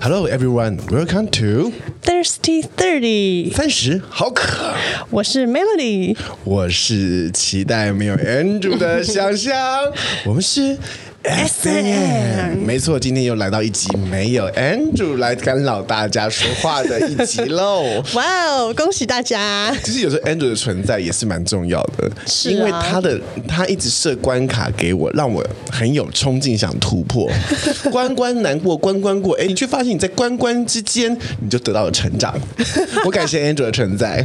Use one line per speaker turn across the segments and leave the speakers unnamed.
Hello everyone, welcome to
Thirsty Thirty，
三十好渴。
我是 Melody，
我是期待没有 Andrew 的想象，我们是 S M。没错，今天又来到一集没有 Andrew 来干扰大家说话的一集喽。
哇哦，恭喜大家！
其实有时候 Andrew 的存在也是蛮重要的，
是啊
因为他的他一直设关卡给我，让我很有冲劲想突 破。关关难过关关过，哎，你却发现你在关关之间，你就得到了成 长。我感谢 Andrew 的存在，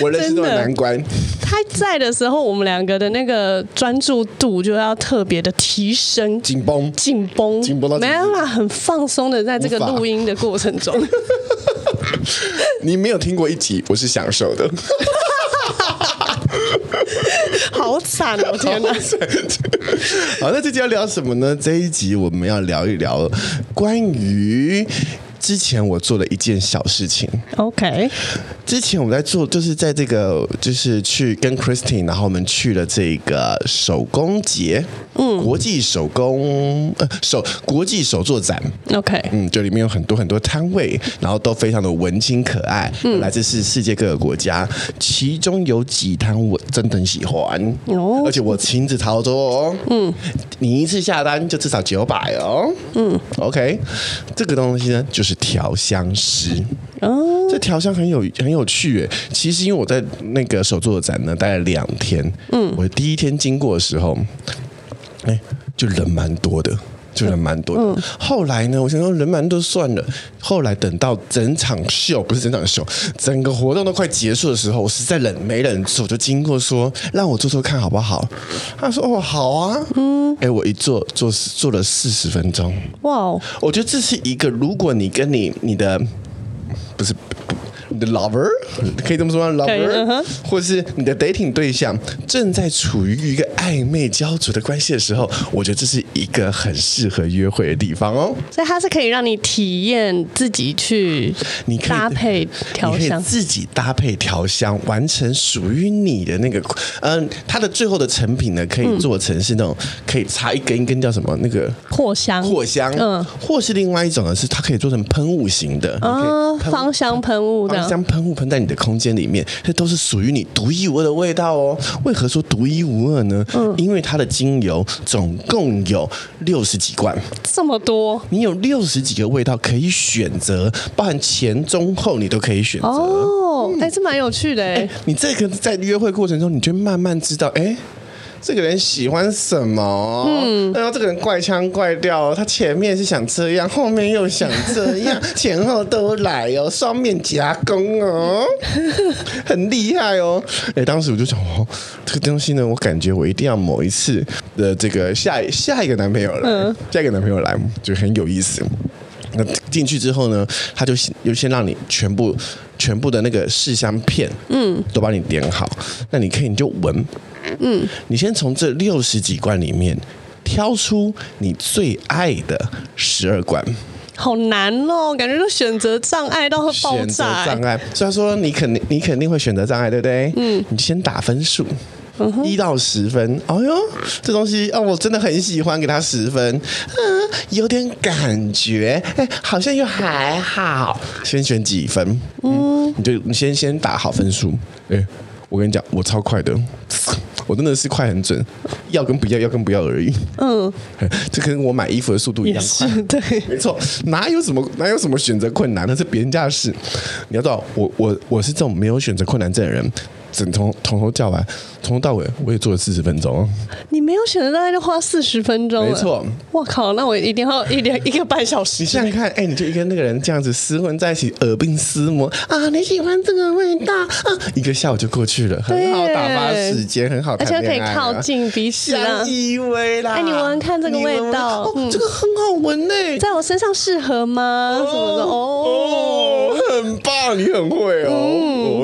我人生中的
真的
难关。
他在的时候，我们两个的那个专注度就要特别的提升，
紧绷
紧绷，
紧绷到
没办法，很放松的在这个
无法
录音的过程中。
你没有听过一集，我是享受的。
好惨 哦！天哪，
好，那这集要聊什么呢？这一集我们要聊一聊关于之前我做的一件小事情。
OK，
之前我们在做，就是在这个，就是去跟 Christine，然后我们去了这个手工节，嗯，国际手工呃手国际手作展，
OK，
嗯，就里面有很多很多摊位，然后都非常的文青可爱，来自是世界各个国家，其中有几摊我真的很喜欢，
哦
而且我亲自操作哦，嗯，你一次下单就至少九百哦，嗯，OK，这个东西呢就是调香师，
哦，
这调香很有很有趣耶。其实因为我在那个手作展呢待了两天，嗯，我第一天经过的时候，哎，就人蛮多的。就人蛮多的，后来呢，我想说人蛮多算了。后来等到整场秀不是整场秀，整个活动都快结束的时候，我实在忍没忍住，我就经过说让我做做看好不好？他说哦好啊，嗯，哎我一做做做了四十分钟，
哇哦，
我觉得这是一个，如果你跟你你的不是不你的 lover 可以这么说吗
可以嗯
？lover，
哼
或是你的 dating 对象正在处于一个暧昧焦灼的关系的时候，我觉得这是一个很适合约会的地方哦。
所以它是可以让你体验自己去
你可以
搭配调
你可
香
以，自己搭配调香，完成属于你的那个，嗯，它的最后的成品呢，可以做成是那种、可以插一根一根叫什么那个
扩香，
扩香，嗯
嗯，
或是另外一种呢，是它可以做成喷雾型的，你可以
啊，芳香喷雾的
芳香喷雾喷在你的空间里面，这都是属于你独一无二的味道哦。为何说独一无二呢？因为它的精油总共有六十几罐，
这么多，
你有六十几个味道可以选择，包含前中后你都可以选择。
哦，哎、这蛮有趣的哎。
你这个在约会过程中，你就慢慢知道，哎。这个人喜欢什么？嗯，然后这个人怪腔怪调，他前面是想这样，后面又想这样，前后都来哦，双面夹攻哦，很厉害哦。哎，当时我就想，哦，这个东西呢，我感觉我一定要某一次的这个下一下一个男朋友来，下一个男朋友来，就很有意思。那进去之后呢，他就先优先让你全部全部的那个试香片，嗯，都帮你点好。那你可以你就闻，嗯，你先从这六十几罐里面挑出你最爱的十二罐。
好难哦，感觉都选择障碍到会爆
选择
炸
障
欸。
碍，虽然说你肯定你肯定会选择障碍，对不对？嗯，你先打分数。
嗯
一到十分，哎呦，这东西哦，我真的很喜欢，给他十分，嗯，有点感觉，哎，好像又还好。先选几分，嗯，你就你先先打好分数，哎，我跟你讲，我超快的，我真的是快很准，要跟不要，要跟不要而已，
嗯，
这跟我买衣服的速度一
也
样快
是。对，
没错，哪有什么哪有什么选择困难，那是别人家的事。你要知道，我我我是这种没有选择困难症的人，整从从头叫完，从头到尾我也做了四十分钟。
你没有选择障碍就花四十分钟了。
没错，
我靠，那我一定要一两一个半小时
你。想想看，哎、你就跟那个人这样子厮混在一起，耳鬓厮磨啊，你喜欢这个味道啊，一个下午就过去了，很好打发时间，很好
而
谈
且
恋
可以
爱啊、
靠近彼此啊
相，依偎啦。
哎你闻闻看这个
你闻闻
味道
哦
嗯
这个很好闻呢、
在我身上适合吗？什么的哦，
哦，很棒，你很会哦，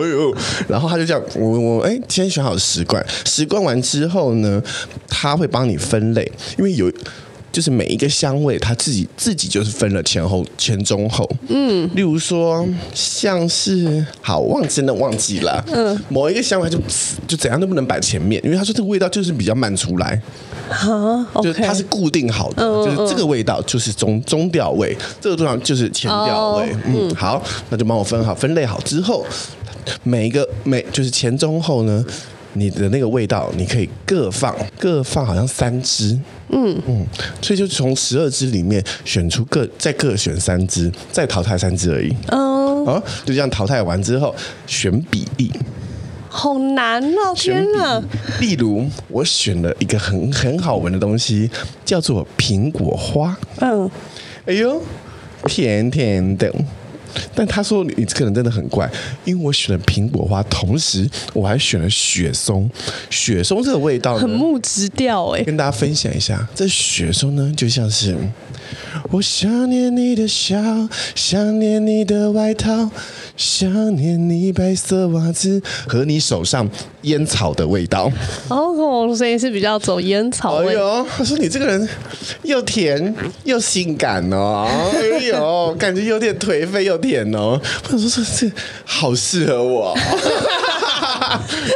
哦呦，然后他就这样，我我哎，先选好十罐，十罐完之后呢，他会帮你分类，因为有。就是每一个香味，它自己自己就是分了前后、前中后。嗯，例如说像是好忘真的忘记了，嗯，某一个香味它就就怎样都不能摆前面，因为他说这个味道就是比较慢出来，
啊
哦就
，OK，
是它是固定好的，
嗯嗯
就是这个味道就是中中调味，这个地方就是前调味。
哦
嗯，好，那就帮我分好、分类好之后，每一个每就是前中后呢。你的那个味道，你可以各放各放，好像三支，嗯嗯，所以就从十二支里面选出各再各选三支，再淘汰三支而已。
嗯，
啊，就这样淘汰完之后选比例，
好难哦，天哪，
例如我选了一个很很好闻的东西，叫做苹果花。
嗯，
哎呦，甜甜的。但他说你这个人真的很怪，因为我选了苹果花，同时我还选了雪松。雪松这个味道呢
很木质调哎，
跟大家分享一下，这雪松呢就像是我想念你的笑，想念你的外套，想念你白色袜子和你手上烟草的味道。
哦，所以是比较走烟草
哎
味，
呦，他说你这个人又甜又性感哦，哎呦，感觉有点颓废又甜哦。我想说这这好适合我。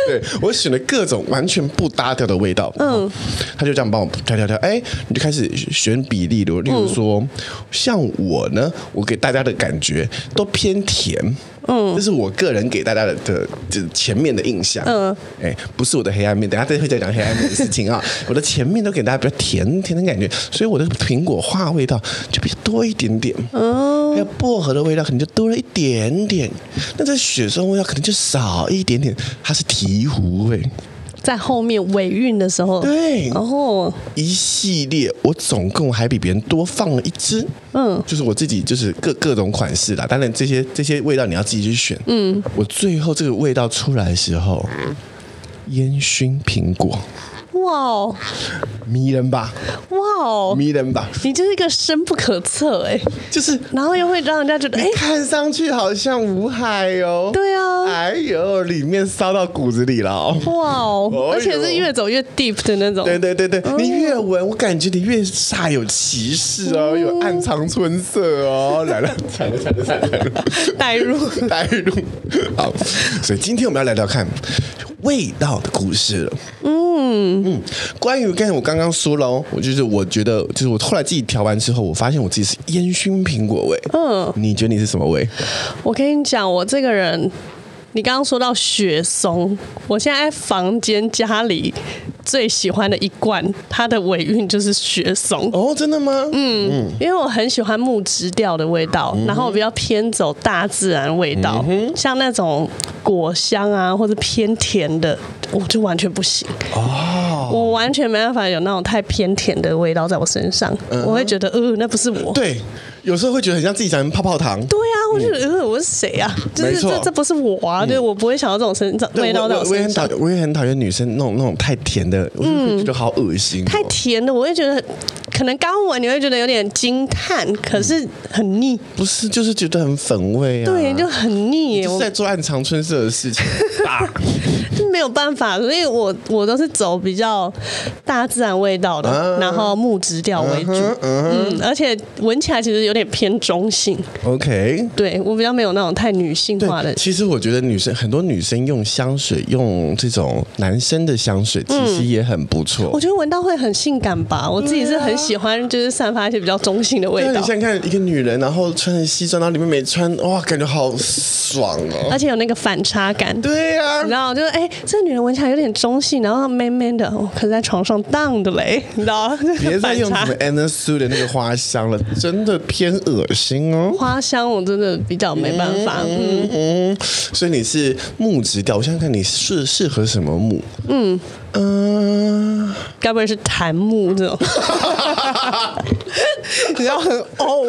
对我选了各种完全不搭调的味道，嗯，他就这样帮我调调调，哎、你就开始选比例了。例如说，像我呢，我给大家的感觉都偏甜，嗯，这是我个人给大家的的就是前面的印象，嗯，哎、不是我的黑暗面，等一下再会再讲黑暗面的事情 啊。我的前面都给大家比较甜甜的感觉，所以我的苹果花味道就比较多一点点，还有薄荷的味道可能就多了一点点，那这雪松味道可能就少一点点，它是醍醐味。
在后面尾韵的时候，
对，
哦，
一系列我总共还比别人多放了一支，
嗯，
就是我自己就是各各种款式啦。当然这些这些味道你要自己去选，嗯，我最后这个味道出来的时候，烟熏苹果，
哇哦，
迷人吧，
哇哦，
迷人吧，
你就是一个深不可测哎，
就是
然后又会让人家觉得哎
你，看上去好像无害哦，
对啊，
哎呦，里面烧到骨子里了哦。
哇哦，
哎呦
而且是越走越 deep 的那种，
对对对对，
哦
你越闻，我感觉你越煞有其事哦，有暗藏春色哦，来了，惨了惨了惨了，
代入，
带入。好，所以今天我们要来聊看味道的故事了。嗯嗯，关于刚才我刚刚说了哦，我就是我觉得，就是我后来自己调完之后，我发现我自己是烟熏苹果味。嗯，你觉得你是什么味？
我跟你讲，我这个人，你刚刚说到雪松，我现在房间家里最喜欢的一罐，它的尾韵就是雪松，
哦，真的吗？嗯，
因为我很喜欢木质调的味道，然后我比较偏走大自然味道，
嗯
像那种果香啊，或者偏甜的，我就完全不行。
哦，
我完全没办法有那种太偏甜的味道在我身上，我会觉得，呃，那不是我。
嗯对，有时候会觉得很像自己想泡泡糖。
对啊，我就觉得、呃、我是谁啊？就
嗯没
是
错嗯
这这不是我啊！对，我不会想到这种身上
对
味道在
我我我也
身
很讨
上，嗯
厌，我也很讨厌女生那种那种太甜的，我就会觉得好恶心、哦
太甜的，我会觉得可能刚闻你会觉得有点惊叹，可
嗯
是很腻，
不是，就是觉得很粉味啊。
对，就很腻耶。
就是
我
在做暗藏春色的事 情。啊
就没有办法，所以我我都是走比较大自然味道的，
啊
然后木质调为主，
嗯嗯
嗯，而且闻起来其实有点偏中性，
，OK。
对我比较没有那种太女性化的
对，。其实我觉得女生很多女生用香水，用这种男生的香水，其实也很不错。
我觉得闻到会很性感吧，我自己是很喜欢，就是散发一些比较中性的味
对啊，
道
你，想想看，一个女人，然后穿着西装，然后里面没穿，哇，感觉好爽哦。
而且有那个反差感。
对呀、
嗯你知道，就是哎、这个女人闻起来有点中性，然后 man man 的，哦、可是在床上荡的嘞，你知 道？
别再用什
反
么
差
Anna Sue 的那个花香了，真的偏恶心哦。
花香，我真的比较没办法。嗯，
嗯嗯，所以你是木质调，我想想看你适适合什么木？嗯嗯、
该不会是檀木这种？
你要很哦，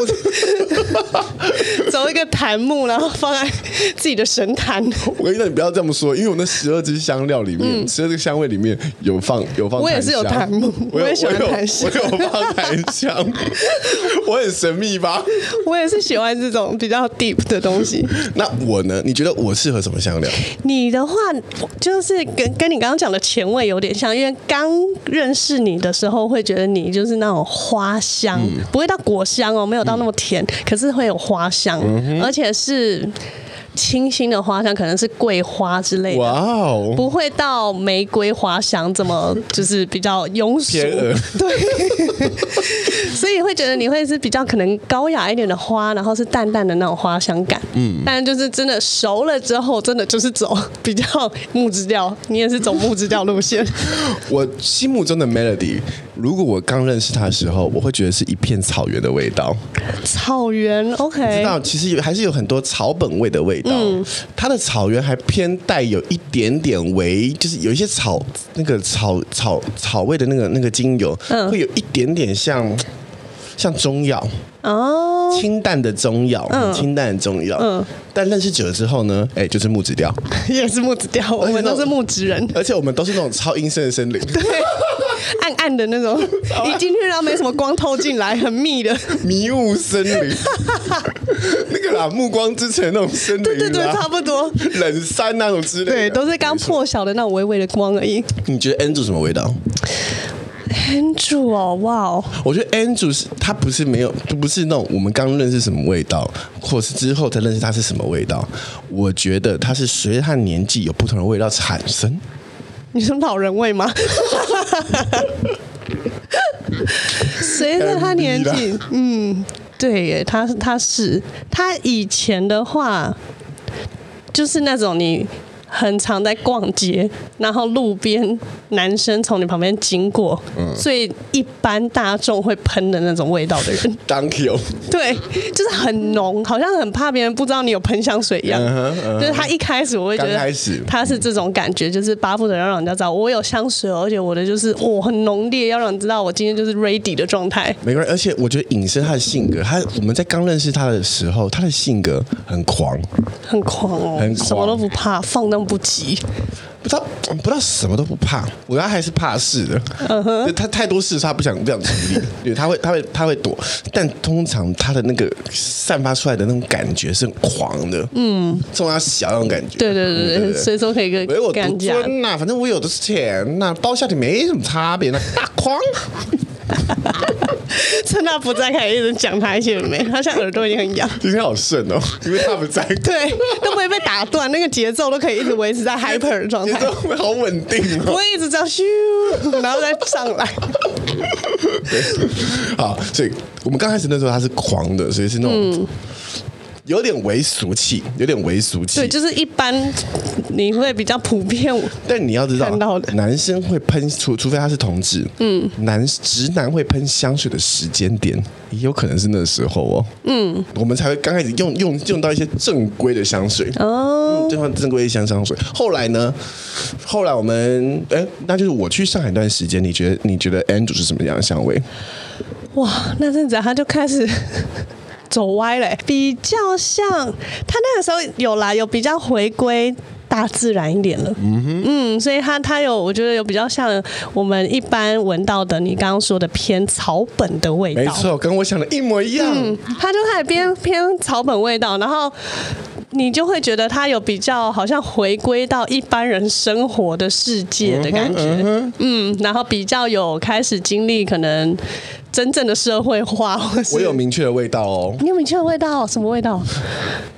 走一个檀木，然后放在自己的神坛。
我跟你讲，你不要这么说，因为我那十二支香料里面，十二支香味里面有放有放檀香，
嗯我也是有檀木
我有
我也喜欢
我有
檀香
我有放檀香，我很神秘吧？
我也是喜欢这种比较 deep 的东西。
那我呢？你觉得我适合什么香料？
你的话就是跟跟你刚刚讲的前卫有点像，因为刚认识你的时候，会觉得你就是那种花香，不会到果香哦，没有到那么甜，可是会有花香，而且是清新的花香，可能是桂花之类
哇
的。
哦，
不会到玫瑰花香这么就是比较庸俗，
天 鹅，
所以会觉得你会是比较可能高雅一点的花，然后是淡淡的那种花香感。嗯，但就是真的熟了之后，真的就是走比较木质调，你也是走木质调路 线。
我心目中的 Melody，如果我刚认识他的时候，我会觉得是一片草原的味道。
草原
知
，OK，
道其实有还是有很多草本味的味道，
嗯
它的草原还偏带有一点点微，就是有一些草那个草草草味的那个那个精油，
嗯
会有一点点像像中药，
哦，
清淡的中药，
嗯
清淡的中药。
嗯
但认识久了之后呢，哎、就是木质调，
也是木质调，我们都是木质人，
而且我们都是那种超阴森的森林。
暗暗的那 种，一进去然后没什么光透进来，很密的，
迷雾森林，那个啦，暮光之城那种森林啦，
对对对，差不多，
冷山那种之类的，
对，啊都是刚破晓的那种微微的光而已。
你觉得 Andrew 什么味道？
Andrew 哦，哇哦，
我觉得 Andrew 是他不是没有，就不是那种我们刚认识什么味道，或是之后才认识他是什么味道。我觉得他是随着他年纪有不同的味道产生。
你说老人味吗？随着他年纪，嗯，对耶，他他是他以前的话，就是那种你很常在逛街，然后路边男生从你旁边经过，最一般大众会喷的那种味道的人，
Thank you，
对，就是很浓，好像很怕别人不知道你有喷香水一样。
嗯哼嗯
就是他一开始我会觉
刚开
得
始
他是这种感觉，就是巴不得要让人家知道我有香水哦，而且我的就是我、哦很浓烈，要让人知道我今天就是 ready 的状态。
没关系。而且我觉得隐身他的性格，他我们在刚认识他的时候，他的性格很狂，
很狂哦，
很狂
什么都不怕，放荡不羁。
不知道嗯不知道什么都不怕，我觉得他还是怕事的。
嗯
就他太多事是他不想不想处理的，对，他会他会他会躲，但通常他的那个散发出来的那种感觉是很狂的，嗯，冲他小那种感觉。
对对对
嗯
对，随手可以跟
唯我独
干架。
尊呐、反正我有的是钱呐、包下你没什么差 别呐、大狂。
趁他不在，开始一直讲他一些没，他现在耳朵已经很痒。
今天好顺哦，因为他不 在。
对，都不会被打断，那个节奏都可以一直维持在 hyper 的状
节
态，
奏会好稳定
不
哦。
会一直这样咻，然后再上来。
好，所以我们刚开始那时候他是狂的，所以是那种、
嗯
有点微俗气，有点微俗气
对，。就是一般你会比较普遍
但你要知
看
道
到，的
男生会喷，除除非他是同志，嗯，男直男会喷香水的时间点，也有可能是那时候哦，嗯，我们才会刚开始用用用到一些正规的香水，
哦。
嗯，这款正规香香水。后来呢？后来我们哎，那就是我去上海一段时间，你觉得你觉得 Andrew 是什么样的香味？
哇，那阵子他就开始走歪了欸、 比较像他那个时候有啦，有比较回归。大自然一点了，嗯嗯，所以他他有，我觉得有比较像我们一般闻到的，你刚刚说的偏草本的味道，
没错，跟我想的一模一样。
嗯，它就开始偏偏草本味道，然后你就会觉得它有比较好像回归到一般人生活的世界的感觉，嗯然后比较有开始经历可能真正的社会化，或是
我有明确的味道哦，
你有明确的味道，什么味道？哦，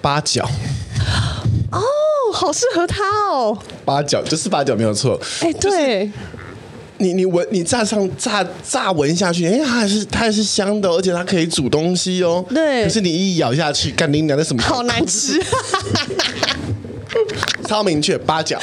八角，
好适合他哦，
八角就是八角没有错。
哎、对，
你你闻你乍上乍乍闻下去，哎，它还是它还是香的哦，而且它可以煮东西哦。
对
可是你一咬下去，干你娘的什么？
好难吃，
超明确八 角，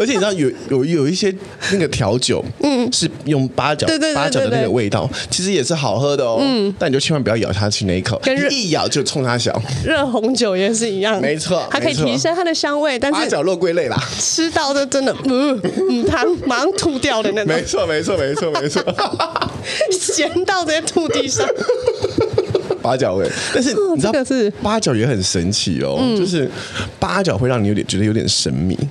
而且你知道有有有一些那个调酒，嗯，是用八角
对对对
八角的那
对
个
对
味道，其实也是好喝的哦。嗯，但你就千万不要咬下去那一口
跟热，
一咬就冲它小。
热红酒也是一样，
没错
它可
没
以
错
提升它的香味，但
八
是
角肉桂类啦，
吃到的真的，嗯，嗯，汤马上吐掉的那种
没。错没错没错没 错，
咸到直接吐地上。
八角味。但是你知道
这个是
哦
嗯
八角也很神奇哦，就是八角会让你有点觉得有点神秘。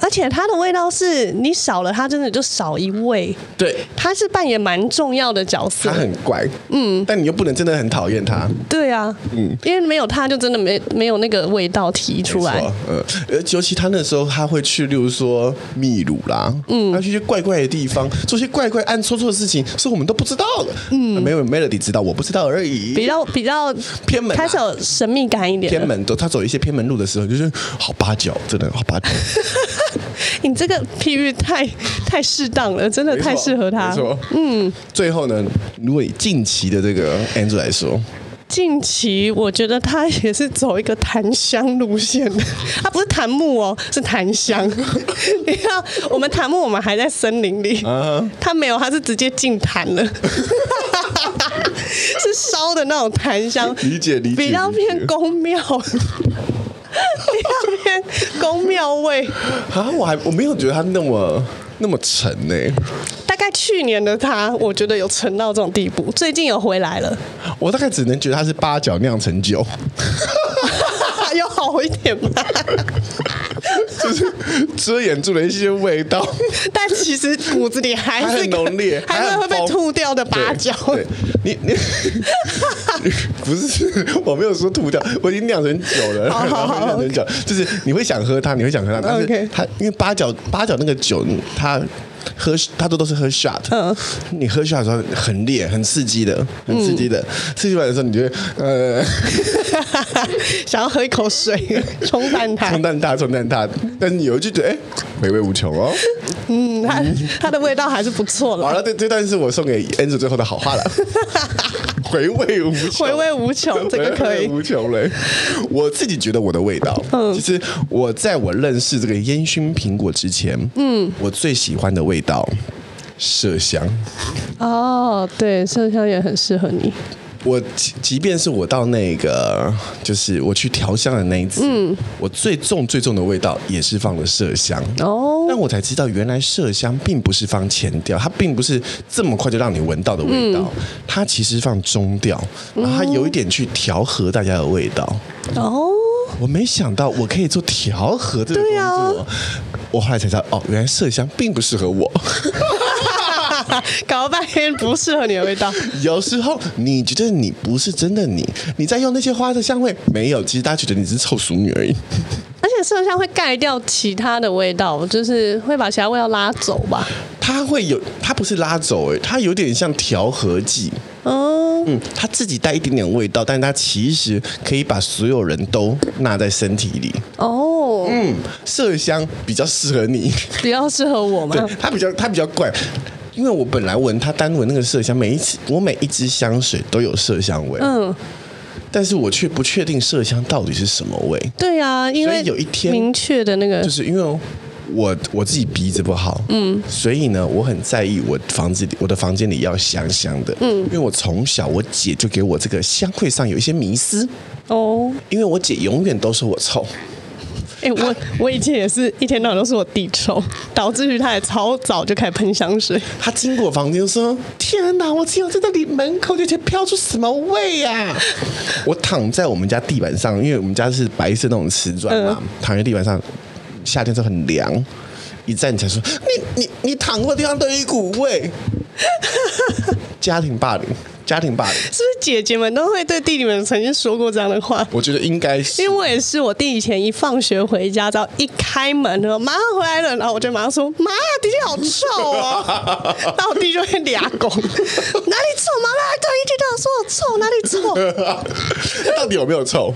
而且且它的味道是你少了它，真的就少一味。
对，
它是扮演蛮重要的角色
他，很乖，嗯，但你又不能真的很讨厌他，
对啊，嗯，因为没有它就真的没没有那个味道提出来
没。错，嗯，呃，尤其他那时候他会去，例如说秘鲁啦，嗯，他去一些怪怪的地方，做一些怪怪暗戳戳的事情，是我们都不知道的，嗯，没有 Melody 知道，我不知道而
比
已。
较比较
偏门啊
开始有神秘感一点了。
偏门走，他走一些偏门路的时候，就是好八角，真的好八角，
你这个譬喻太太适当了，真的
没错
太适合他
没。错，嗯。最后呢，如果以近期的这个 Andrew 来说，
近期我觉得他也是走一个檀香路线 的，他不是檀木哦，是檀 香。你看，我们檀木我们还在森林里，
啊，
嗯他没有，他是直接进坛了， 是烧的那种檀香，
理解理解
比较偏宫庙，比较偏宫庙味。
啊，我还我没有觉得他那么那么沉呢、
大概去年的他，我觉得有沉到这种地步，最近有回来了，
我大概只能觉得他是八角酿成酒。
有好一点吧。
遮掩住了一些味道，
但其实骨子里还
还
是
很浓烈
还
还
是
很
会被
丰
吐掉的 八角。
对，对你 你不是，我没有说吐掉，我已经酿成酒了，
好哦好好
然后酿成酒，就是你会想喝它，你会想喝它，但
OK
是它因为八角八角那个酒，它。喝，它都都是喝 shot，
嗯
你喝 shot 的时候很烈，很刺激的，很刺激的，
嗯
刺激完的时候，你就会呃，
想要喝一口水冲淡它
冲。淡它，冲淡它，但是你又就觉得哎、回味无穷哦。
嗯，它它的味道还是不错
好
了，
了，这这段是我送给 Andrew 最后的好话了， 回味无穷，
回味无穷，这个可以。嗯
无穷嘞。我自己觉得我的味道，其实我在我认识这个烟熏苹果之前，嗯，我最喜欢的味道，麝香。
哦，对，麝香也很适合你。
我即即便是我到那个，就是我去调香的那一次，嗯，我最重最重的味道也是放了麝香。
哦，
但我才知道，原来麝香并不是放前调，它并不是这么快就让你闻到的味道，
嗯
它其实放中调，然后它有一点去调和大家的味道。
哦，
我没想到我可以做调和这个工
对啊
作。我后来才知道，哦，原来麝香并不适合我。
搞了半天不适合你的味道。
有时候你觉得你不是真的你，你在用那些花的香味，没有，其实大家觉得你是臭熟女而已。
而且麝香会盖掉其他的味道，就是会把其他味道拉走吧。
它会有，它不是拉走、欸，它有点像调和剂。
嗯，
嗯，它自己带一点点味道，但它其实可以把所有人都纳在身体里。
哦，
嗯，麝香比较适合 你。
比较适合我嘛。
对，它比较它比较怪，因为我本来闻它单闻那个麝香，每一次我每一支香水都有麝香味，
嗯，
但是我却不确定麝香到底是什么味，
对啊，因
所
为
以有一天
明确的那个
就是因为。我我自己鼻子不好，嗯，所以呢，我很在意我房子里我的房间里要香香的，嗯，因为我从小我姐就给我这个香味上有一些迷思，
哦，
因为我姐永远都说我臭，
哎、我我以前也是一天到晚都是我弟臭，导致于他也超早就开始喷香水。
她经过房间就说：“天哪，我只有在这里门口就觉得飘出什么味呀、啊！”我躺在我们家地板上，因为我们家是白色那种瓷砖嘛，躺在地板上，夏天的时候很凉。一站起来说：“你你你躺过的地方都有一股味。”家庭霸凌，家庭霸凌，
是不是姐姐们都会对弟弟们曾经说过这样的话？
我觉得应该是
因为我也是，我弟以前一放学回家，只要一开门，然后马上回来了，然后我就马上说：“妈，弟弟好臭哦！”然后我弟就会俩拱，哪里臭？妈妈对一天到晚说我臭，哪里 臭？
到底有没有臭？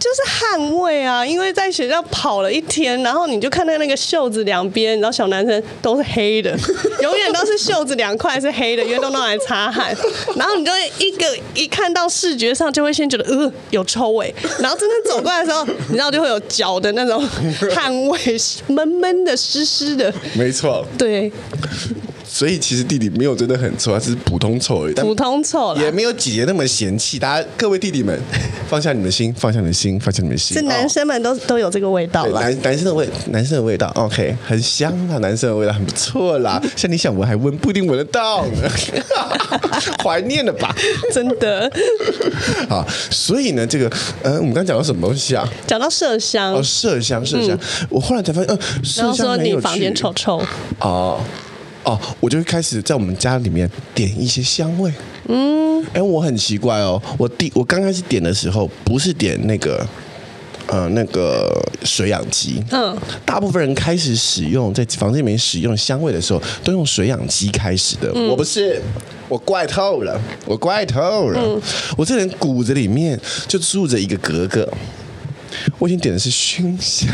就是汗味啊，因为在学校跑了一天，然后你就看到那个袖子两边，你知道小男生都是 黑的，永远都是袖子两块是黑的，因为都拿来擦汗。然后你就会一个一看到视觉上就会先觉得呃有臭味，然后真正走过来的时候，你知道就会有脚的那种 汗味，闷闷的、湿湿的。
没错，
对，
所以其实弟弟没有真的很臭，他只是普通臭而已，但
普通臭
也
了。
没有姐姐那么嫌弃。大家各位弟弟们，放下你们的心，放下你们的心，放下你们的心。哦
这男生们都都有这个味道
对
啦。
男男生的味，男生的味道，OK，很香啊，男生的味道很不错 啦。像你想闻还闻不一定闻得到 呢，怀念了吧？
真的，
啊，所以呢，这个，呃，我们刚讲到什么东西啊？
讲到麝香，
哦，麝香，麝香，我后来才发现，呃，
嗯然
麝
后说
香很
你
有
房间
趣
臭臭，
哦哦，我就会开始在我们家里面点一些香味。嗯，哎、我很奇怪哦，我第我刚开始点的时候，不是点那个呃那个水氧机。
嗯，
大部分人开始使用在房间里面使用香味的时候，都用水氧机开始的。我不是，我怪透了，我怪透了。我这人骨子里面就住着一个格格。我已经点的是熏香。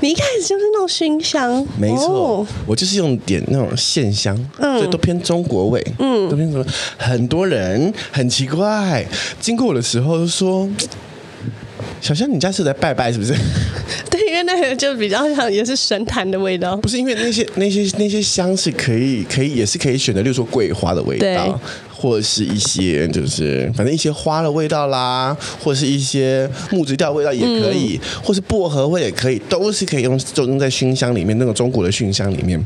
你一开始就是那种熏香，
没错，
哦
我就是用点那种线香，所以都偏中国味，嗯，都偏什么？很多人很奇怪，经过我的时候都说。小香，你家是有在拜拜是不是？
对，因为那个就比较像也是神坛的味道
不，是因为那些那些那些香是可以可以也是可以选择，例如说桂花的味
对
道，或者是一些就是反正一些花的味道啦，或者是一些木质调的味道也可以，
嗯
或是薄荷味也可以，都是可以用就用在熏香里面那种中国的熏香里面。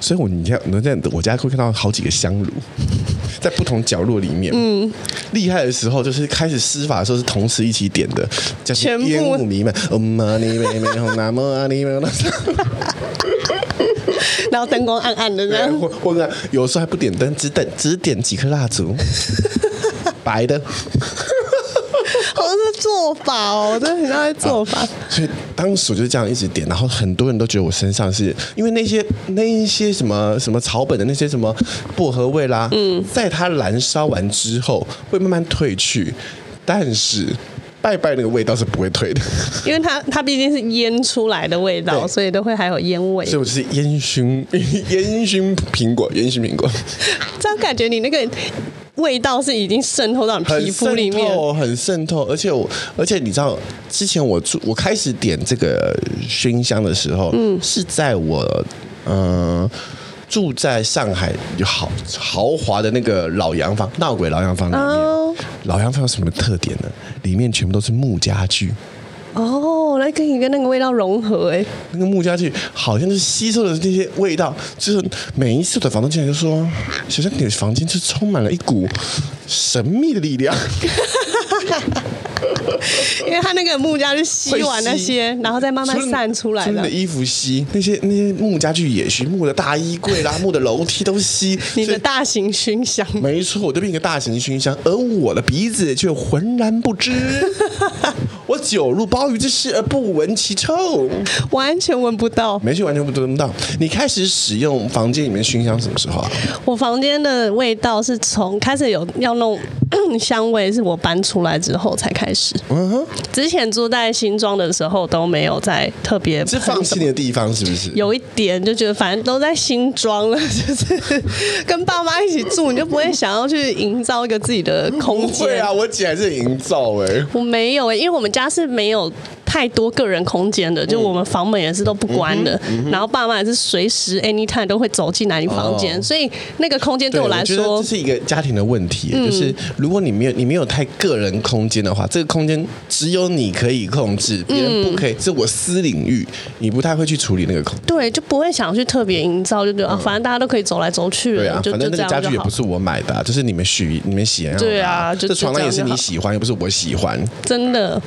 所以我你看，能在我家会看到好几个香炉， 在不同角落里面。嗯，厉害的时候就是开始施法的时候是同时一起点的，加上
全部
烟雾弥漫。嗯嘛呢呗呗吽呐么啊呢呗吽
然后灯光暗暗的这
对，
样，
或或者有时候还不点灯，只等只点几颗蜡烛，白的。
好像哦是做法哦，真的很像在做法。
所以当时我就这样一直点，然后很多人都觉得我身上是因为那些那一些什么什么草本的那些什么薄荷味啦，嗯，在它燃烧完之后会慢慢褪去，但是拜拜那个味道是不会退的，
因为它它毕竟是腌出来的味道，
对
所以都会还有烟味
所以。我就是烟熏 烟熏苹果，烟熏苹果。
这样感觉你那个味道是已经渗透到你
很
皮肤里
渗
面，
透很渗透，而且我，而且你知道，之前我住我开始点这个熏香的时候，嗯，是在我嗯、呃住在上海有好豪华的那个老洋房闹鬼老洋房里面，
哦
老洋房有什么特点呢？里面全部都是木家具。
哦，那可以跟那个味道融合哎、
那个木家具好像就是吸收了那些味道，就是每一次的房东进来就说：“小象，你的房间就充满了一股神秘的力量。”
因为它那个木家就吸
会
完那些，然后再慢慢
除了
散出来
除了你
的
的。衣服吸，那些那些木家具也吸，木的大衣柜啦、木的楼梯都吸。
你
所
的
以
大型熏香，
没错，我就变一个大型熏香，而我的鼻子却浑然不 知。我久入鲍鱼之室而不闻其臭，
完全闻不到。
没事，完全不得不到。你开始使用房间里面熏香什么时候啊？
我房间的味道是从开始有要弄 香味，是我搬出来之后才开始。
嗯哼，
之前住在新庄的时候都没有在特别
是放弃你的地方是不是？
有一点就觉得反正都在新庄了， 就是跟爸妈一起住，你就不会想要去营造一个自己的空
不会
间。
啊，我姐还是营造哎、
我没有、欸，因为我们家是没有太多个人空间的，
嗯
就我们房门也是都不关的，然后爸妈也是随时 anytime 都会走进来你房间，
哦
所以那个空间对我来
觉得
说嗯
这。是一个家庭的问题，就是如果你没有你没有太个人空间的话，这个空间只有你可以控制，别人不可以，这我私领域，你不太会去处理那个空。
对，就不会想去特别营造，就觉得、啊，反正大家都可以走来走去
嗯对
了，
啊，
就
反
就
正那个
这样
家
就
具也
好
不是我买的啊、就是你们许你们喜欢的、
对啊就
这床单也是
就这样就好嗯
你喜欢，又不是我喜欢。
真的，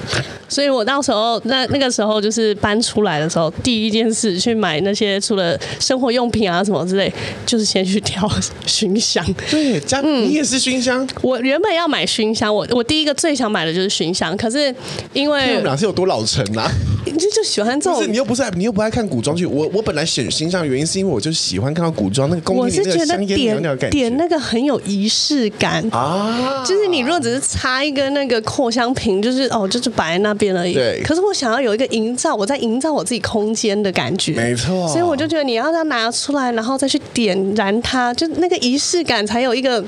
所以我到时候 那那个时候就是搬出来的时候，第一件事去买那些除了生活用品啊什么之类，就是先去挑熏香。
对，家、你也是熏香，
我原本要买熏香，我我第一个最想买的就是熏香，可是因
我
为
们俩是有多老成啊？
就就喜欢这
不是
种
你又不是爱你又不爱看古装剧，我我本来选熏香的原因是因为我就喜欢看到古装那个宫
我
廷里
是
那
觉
个
得
香烟袅
点
袅的感觉
点那个很有仪式感。
啊，
就是你如果只是插一根那个扩香瓶，就是哦，就是摆在那边而已。
对
可是我想要有一个营造，我在营造我自己空间的感觉。
没错
所以我就觉得你要再拿出来，然后再去点燃它，就那个仪式感才有一个，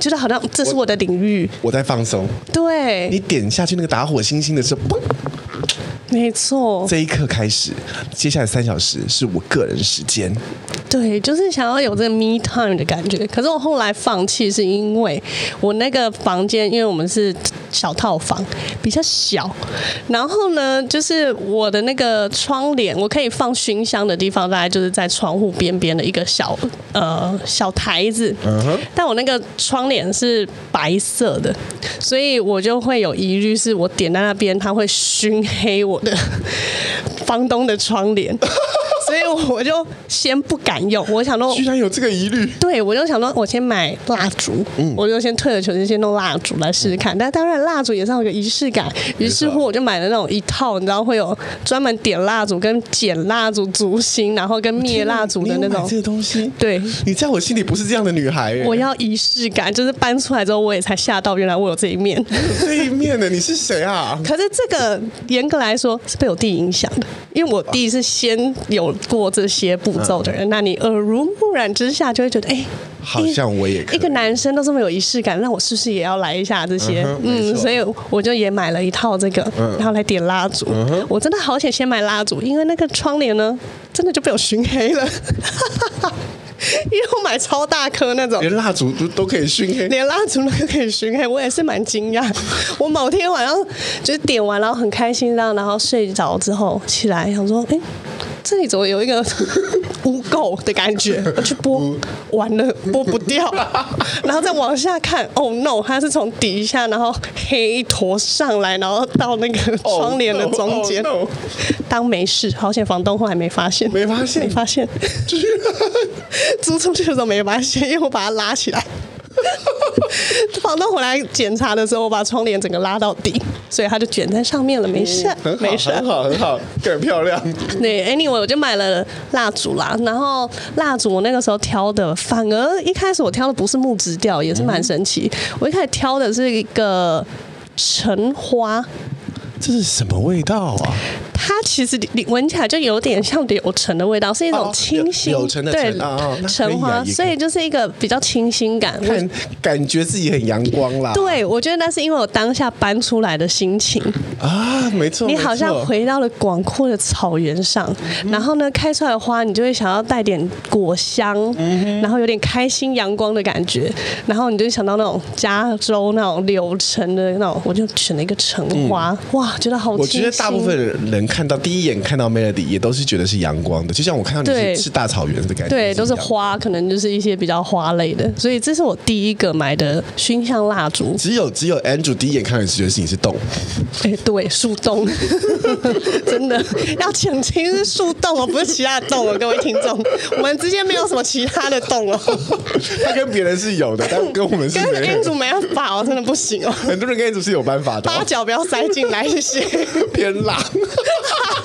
觉得好像这是我的领域。
我在放松。
对
你，点下去那个打火星星的时候，砰，
没错，
这一刻开始，接下来三小时是我个人时间。
对，就是想要有这个 me time 的感觉。可是我后来放弃，是因为我那个房间，因为我们是小套房，比较小。然后呢，就是我的那个窗帘，我可以放熏香的地方，大概就是在窗户边边的一个小呃小台子。
嗯哼，
但我那个窗帘是白色的，所以我就会有疑虑，是我点在那边，它会熏黑我的房东的窗 帘，所以我就先不敢用。我想说，
居然有这个疑虑，
对我就想说，我先买蜡烛，我就先退了球，就先弄蜡烛来试试看。但当然，蜡烛也是要有个仪式感，于是乎我就买了那种一套，你知道会有专门点蜡烛、跟剪蜡烛烛芯，然后跟灭蜡烛的那
你有买
种
这。个东西，
对，
你在我心里不是这样的女孩、欸。
我要仪式感，就是搬出来之后，我也才吓到，原来我有这一面。
这一面的你是谁啊？
可是这个严格来说是被我弟影响的，因为我弟是先有过这些步骤的人。那你耳濡目染之下，就会觉得，哎、
好像我也可以
一个男生都这么有仪式感，那我是不是也要来一下这些？
嗯哼没
嗯，
错
所以我就也买了一套这个，
嗯
然后来点蜡烛。我真的好想先买蜡烛，因为那个窗帘呢，真的就被我熏黑了。 因为我买超大颗那种，
连蜡烛都都可以熏黑。
连蜡烛都可以熏黑，我也是蛮惊讶。我某天晚上就是点完，然后很开心这样，然后睡着之后起来想说，哎、这里怎么有一个 污垢的感觉？我去拨，完了拨不掉，然后再往下看，Oh no，它是从底下，然后黑一坨上来，然后到那个窗帘的中间
Oh 哦 no, oh no
当没事。好险，房东后来没发现，
没发现
没发现。
就是
租出去的时候没发现，因为我把它拉起来。 房东回来检查的时候，我把窗帘整个拉到底，所以它就卷在上面了，没事，
嗯很好，
没事。
很好，很好，更漂亮。
对，anyway，我就买了蜡烛啦。然后蜡烛我那个时候挑的，反而一开始我挑的不是木质调，也是蛮神奇。
嗯
我一开始挑的是一个橙花，
这是什么味道啊？
它其实你闻起来就有点像柳橙的味道，是一种
哦
清新，
柳柳橙的
对
橙啊哦那可以啊
橙花，
也可以
所以就是一个比较清新感。我
看，感觉自己很阳光啦。
对，我觉得那是因为我当下搬出来的心情，
啊，没错，
你好像
没错嗯
回到了广阔的草原上，然后呢，开出来的花，你就会想要带点果香，
嗯
然后有点开心阳光的感觉，然后你就想到那种加州那种柳橙的那种，我就选了一个橙花，哇，觉得好
嗯我
清
觉得大部
新啊
分人看到第一眼看到 Melody 也都是觉得是阳光的，就像我看到你
对
是是大草原的感觉，
对，都
一
是
样。
花，可能就是一些比较花类的，所以这是我第一个买的熏香蜡烛。
只有只有 Andrew 第一眼看到你是觉得是你是动物，
哎、对，树 洞，真的要澄清是树洞哦，不是其他的洞哦，各位听众，我们之间没有什么其他的洞 哦，
他跟别人是有的， 但跟我们是
跟
没
N
有
组
的。
没办法哦，真的不行哦，
很多人跟 Andrew 是有办法的哦、
八脚不要塞进来，谢谢。
偏辣。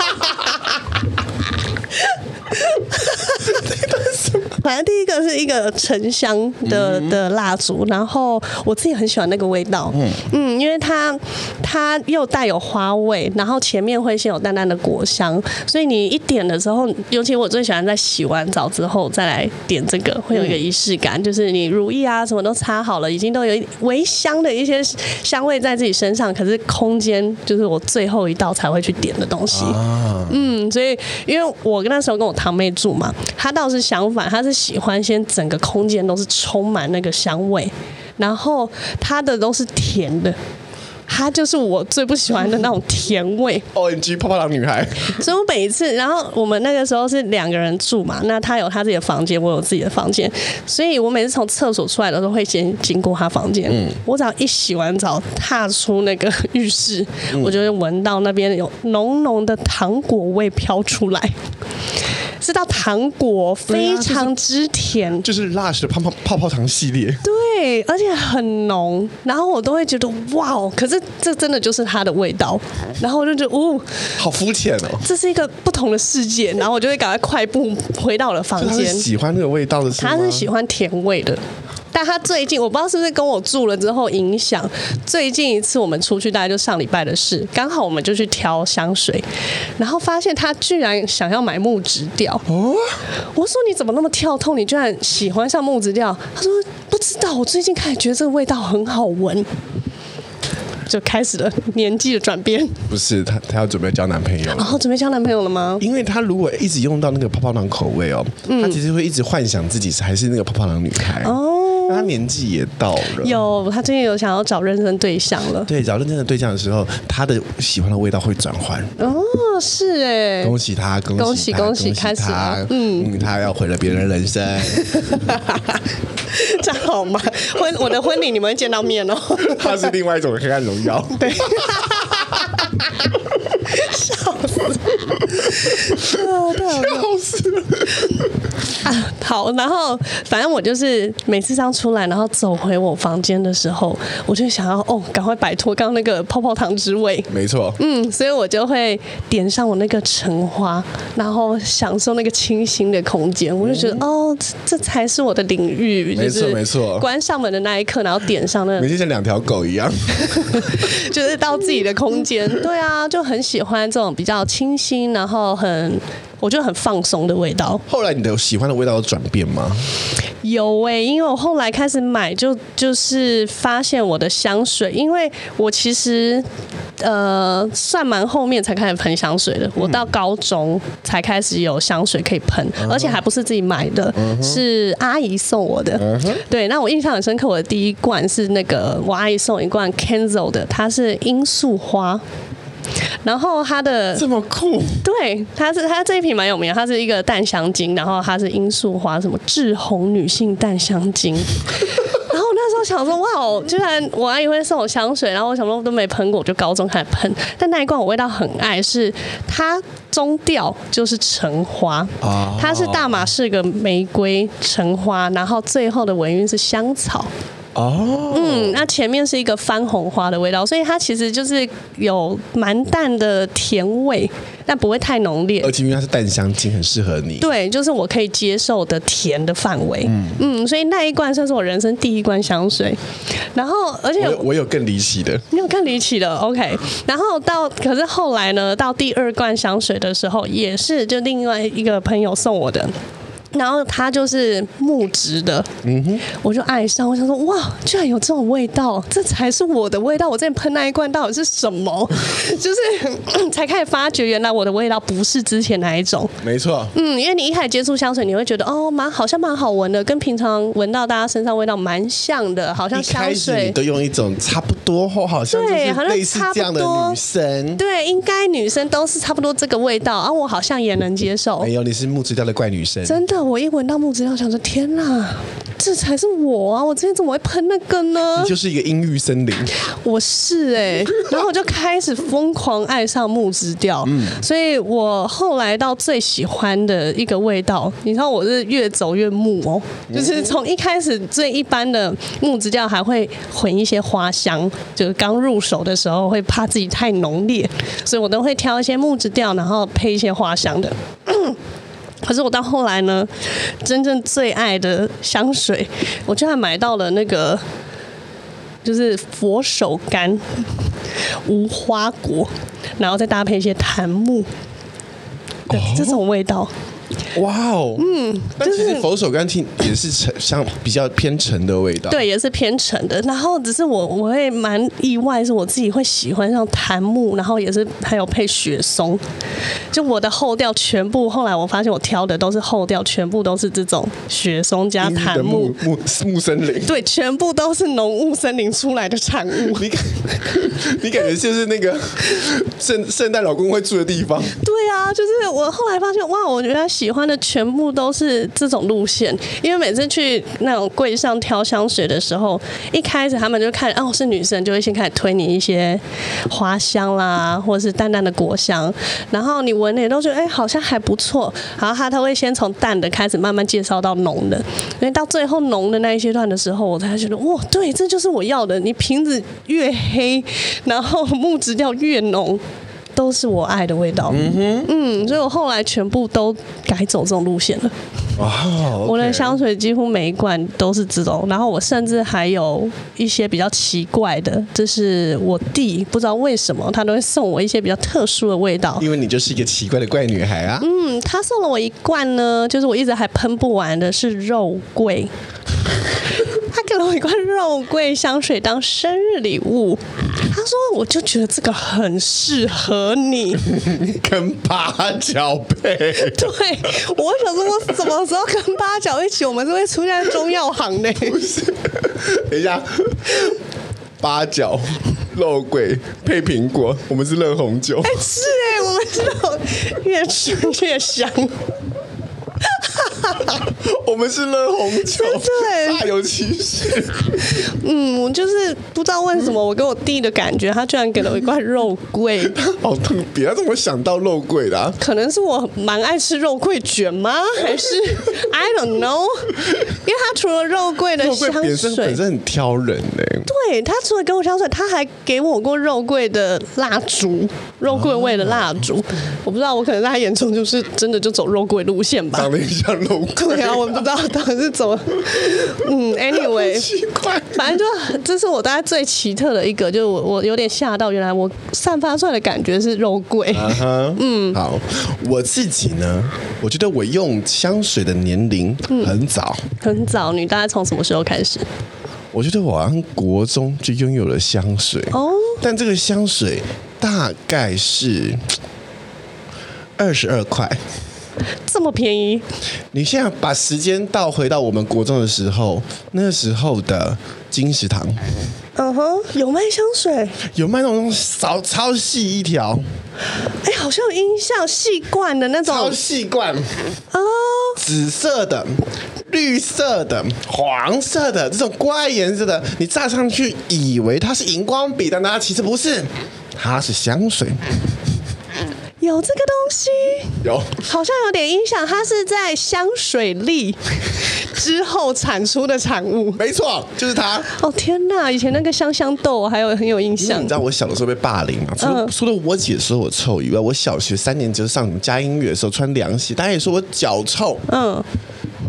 反正第一个是一个沉香的的蜡烛，然后我自己很喜欢那个味道，嗯因为它它又带有花味，然后前面会先有淡淡的果香，所以你一点的时候，尤其我最喜欢在洗完澡之后再来点这个，会有一个仪式感，就是你如意啊什么都擦好了，已经都有一微香的一些香味在自己身上，可是空间就是我最后一道才会去点的东西。
哦
嗯，所以因为我那时候跟我堂妹住嘛，她倒是相反，她是喜欢先整个空间都是充满那个香味，然后她的都是甜的。她就是我最不喜欢的那种甜味，
O N G 泡泡糖女孩，
所以我每一次，然后我们那个时候是两个人住嘛，那她有她自己的房间，我有自己的房间，所以我每次从厕所出来的时候会先经过她房间。
嗯
我只要一洗完澡，踏出那个浴室，
嗯
我就会闻到那边有浓浓的糖果味飘出来。是到糖果，
对啊
非常之甜，
就是 Lush 的泡泡泡泡糖系列，
对，而且很浓，然后我都会觉得哇哦，可是这真的就是它的味道，然后我就觉得哦，
好肤浅哦。
这是一个不同的世界，然后我就会赶快快步回到我的房
就他是
间。
喜欢那个味道的是吗，
他是喜欢甜味的，但他最近我不知道是不是跟我住了之后影响，最近一次我们出去大概就上礼拜的事，刚好我们就去挑香水，然后发现他居然想要买木质调。
哦，
我说你怎么那么跳痛？你居然喜欢上木质调？他说不知道，我最近开始觉得这个味道很好闻。就开始了年纪的转变。
不是她，她要准备交男朋友了。
然后准备交男朋友了吗？
因为她如果一直用到那个泡泡糖口味哦，
嗯
她其实会一直幻想自己是还是那个泡泡糖女孩。
哦，
那她年纪也到了，
有，他最近有想要找认真对象了。
对找认真的对象的时候，她的喜欢的味道会转换。
哦，是哎、
恭喜她，恭
喜
她
恭
恭
喜开始
她
了
嗯，她要毁了别人的人生。
这样好吗？婚我的婚礼你们会见 到面哦。
她是另外一种黑暗荣 耀。对，
啊对啊
笑死了。
啊，好，然后反正我就是每次这样出来，然后走回我房间的时候，我就想要哦，赶快摆脱刚刚那个泡泡糖之味。
没错，
嗯，所以我就会点上我那个橙花，然后享受那个清新的空间。我就觉得、哦，这这才是我的领域。
嗯没错
就是
没错
关上门的那一刻，然后点上那
每天像两条狗一样。
就是到自己的空间。对啊，就很喜欢这种比较清新，然后很我觉得很放松的味道。
后来你的喜欢的味道有转变吗？
有诶、因为我后来开始买就，就是发现我的香水，因为我其实呃算蛮后面才开始喷香水的，我到高中才开始有香水可以喷，而且还不是自己买的，是阿姨送我的。对，那我印象很深刻，我的第一罐是那个我阿姨送我一罐 Kenzo 的，它是罂粟花。然后它的
这么酷，
对，它是它这一瓶蛮有名的，它是一个淡香精，然后它是罂粟花，什么致红女性淡香精。然后我那时候想说，哇哦，居然我阿姨会送我香水，然后我想说我都没喷过，我就高中开始喷。但那一罐我味道很爱，是它中调就是橙花，
哦
它是大马士革玫瑰橙花，然后最后的尾韵是香草。
哦，
嗯，那前面是一个番红花的味道，所以它其实就是有蛮淡的甜味，但不会太浓烈
而。且因为它是淡香精，很适合你。
对，就是我可以接受的甜的范围。嗯所以那一罐算是我人生第一罐香水。然后，而且
我有我有更离奇的，
你有更离奇的，OK。然后到可是后来呢，到第二罐香水的时候，也是就另外一个朋友送我的。然后它就是木质的，嗯哼，我就爱上，我想说，哇，居然有这种味道，这才是我的味道。我之前喷那一罐到底是什么？ 就是 才开始发觉，原来我的味道不是之前那一种。
没错，
嗯，因为你一开始接触香水，你会觉得哦，蛮好像蛮好闻的，跟平常闻到大家身上味道蛮像的，好像
一开
香
始你
水。
都用一种差不多，或好像就是
对好像
类似这样的女生。
对，应该女生都是差不多这个味道啊，我好像也能接受
没。有，你是木质调的怪女生。
真的，我一闻到木质料，想说天哪，这才是我啊！我之前怎么会喷那个呢
你？就是一个阴郁森林，
我是哎、然后我就开始疯狂爱上木质调，所以我后来到最喜欢的一个味道，你知道我是越走越木哦，就是从一开始最一般的木质调还会混一些花香，就是刚入手的时候会怕自己太浓烈，所以我都会挑一些木质调，然后配一些花香的。 可是我到后来呢，真正最爱的香水，我居然买到了那个就是佛手柑、无花果，然后再搭配一些檀木。对，
哦
这种味道，
哇哦，嗯，但其
就是
实佛手柑听也是沉，像比较偏沉的味道。，
对，也是偏沉的。然后只是我我会蛮意外，是我自己会喜欢上檀木，然后也是还有配雪松。就我的后调全部，后来我发现我挑的都是后调，全部都是这种雪松加
阴郁
檀
的
木
木，木木森林。
对，全部都是浓雾森林出来的产物。
你感 你感觉就是那个圣圣诞老公会住的地方，
对啊，就是我后来发现，哇，我觉得喜欢的全部都是这种路线，因为每次去那种柜上挑香水的时候，一开始他们就看，哦，是女生，就会先开始推你一些花香啦，或者是淡淡的果香，然后你闻了也都觉得，哎、好像还不错。然后他他会先从淡的开始，慢慢介绍到浓的，因为到最后浓的那一阶段的时候，我才觉得，哇，对，这就是我要的。你瓶子越黑，然后木质调越浓。都是我爱的味道。嗯哼，嗯，所以我后来全部都改走这种路线了。
哇哦，
我的
OK
香水几乎每一罐都是这种，然后我甚至还有一些比较奇怪的，就是我弟不知道为什么他都会送我一些比较特殊的味道。
因为你就是一个奇怪的怪女孩啊。
嗯，他送了我一罐呢，就是我一直还喷不完的是肉桂。他给了我一罐肉桂香水当生日礼物，他说我就觉得这个很适合你。嗯
跟八角配，
对，我想说，我什么时候跟八角一起，我们是会出现在中药行的。
等一下， 八角 肉桂配苹果，我们是热红酒。
哎、 是哎、我们这种越吃越香。
我们是热红酒，
真的
煞有其事。
嗯，我就是不知道为什么，我给我弟的感觉，他居然给了我一块肉桂，
好特别，他怎么想到肉桂的、啊？
可能是我蛮爱吃肉桂卷吗？还是 I don't know？因为他除了肉桂的
肉桂
哎香
本身
水
本，身很挑人呢、
对啊他除了给我香水，他还给我过肉桂的蜡烛，肉桂味的蜡烛。我不知道，我可能在他眼中就是真的就走肉桂路线吧
长。得也像肉桂，
对啊，我不知道到底是怎么。嗯，anyway，
奇怪。
反正就这是我大概最奇特的一个，就是我我有点吓到，原来我散发出来的感觉是肉桂。
啊哈，嗯，好，我自己呢，我觉得我用香水的年龄
嗯
很早，
很早，你大概从什么时候开始？
我觉得我好像国中就拥有了香水，
哦，
但这个香水大概是二十二块。
这么便宜，
你现在把时间倒回到我们国中的时候，那时候的金石堂
嗯哼，有卖香水，哎、
有卖那种超超细一条、
哎好像有音效细罐的那种
超细罐，
哦，
紫色的、绿色的、黄色的这种怪颜色的，你乍上去以为它是荧光笔，但它其实不是，它是香水。
有这个东西，
有，
好像有点影响。它是在香水力 之后产出的产物。
没错，就是它。
哦天哪！以前那个香香豆我还有很有印
因为
象
你知。道我小的时候被霸凌嘛？除了、
嗯
除了我姐说我臭以外，我小学三年级上什么佳音乐的时候穿凉鞋，大家也说我脚臭，
嗯，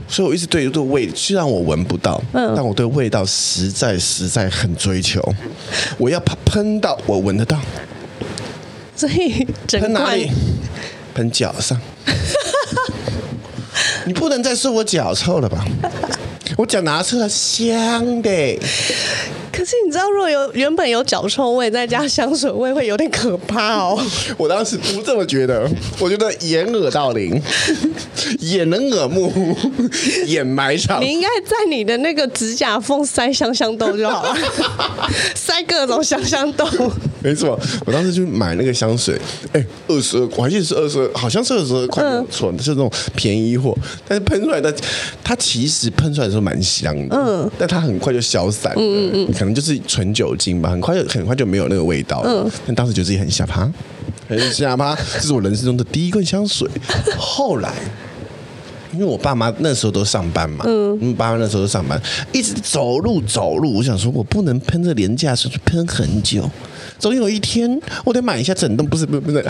所以我一直对对味，虽然我闻不到，
嗯
但我对味道实在实在很追求，我要喷喷到我闻得到，
所以整
喷哪
罐
里？喷脚上。你不能再说我脚臭了吧？我脚拿出来香的，
可是你知道，如果有原本有脚臭味，再加香水味，会有点可 怕哦。
我当时不这么觉得，我觉得掩耳盗 铃，掩人耳目，掩埋场
你。应该在你的那个指甲缝塞香香豆就 好了，塞各种香香豆。
没错，我当时就买那个香水，哎，二十二，我还记得是二十二，好像是二十二块，没有错，就是那种便宜货。但是喷出来的，它其实喷出来的时候蛮香的，嗯，但它很快就消散了，嗯嗯可能就是纯酒精吧，很快就很快就没有那个味道了。但当时觉得自己很下趴，很下趴，这是我人生中的第一罐香水。后来。因为我爸妈那时候都上班嘛，嗯，爸妈那时候都上班，一直走路走路，我想说我不能喷这廉价水，就喷很久，总有一天我得买一下整栋，不是不是不 是，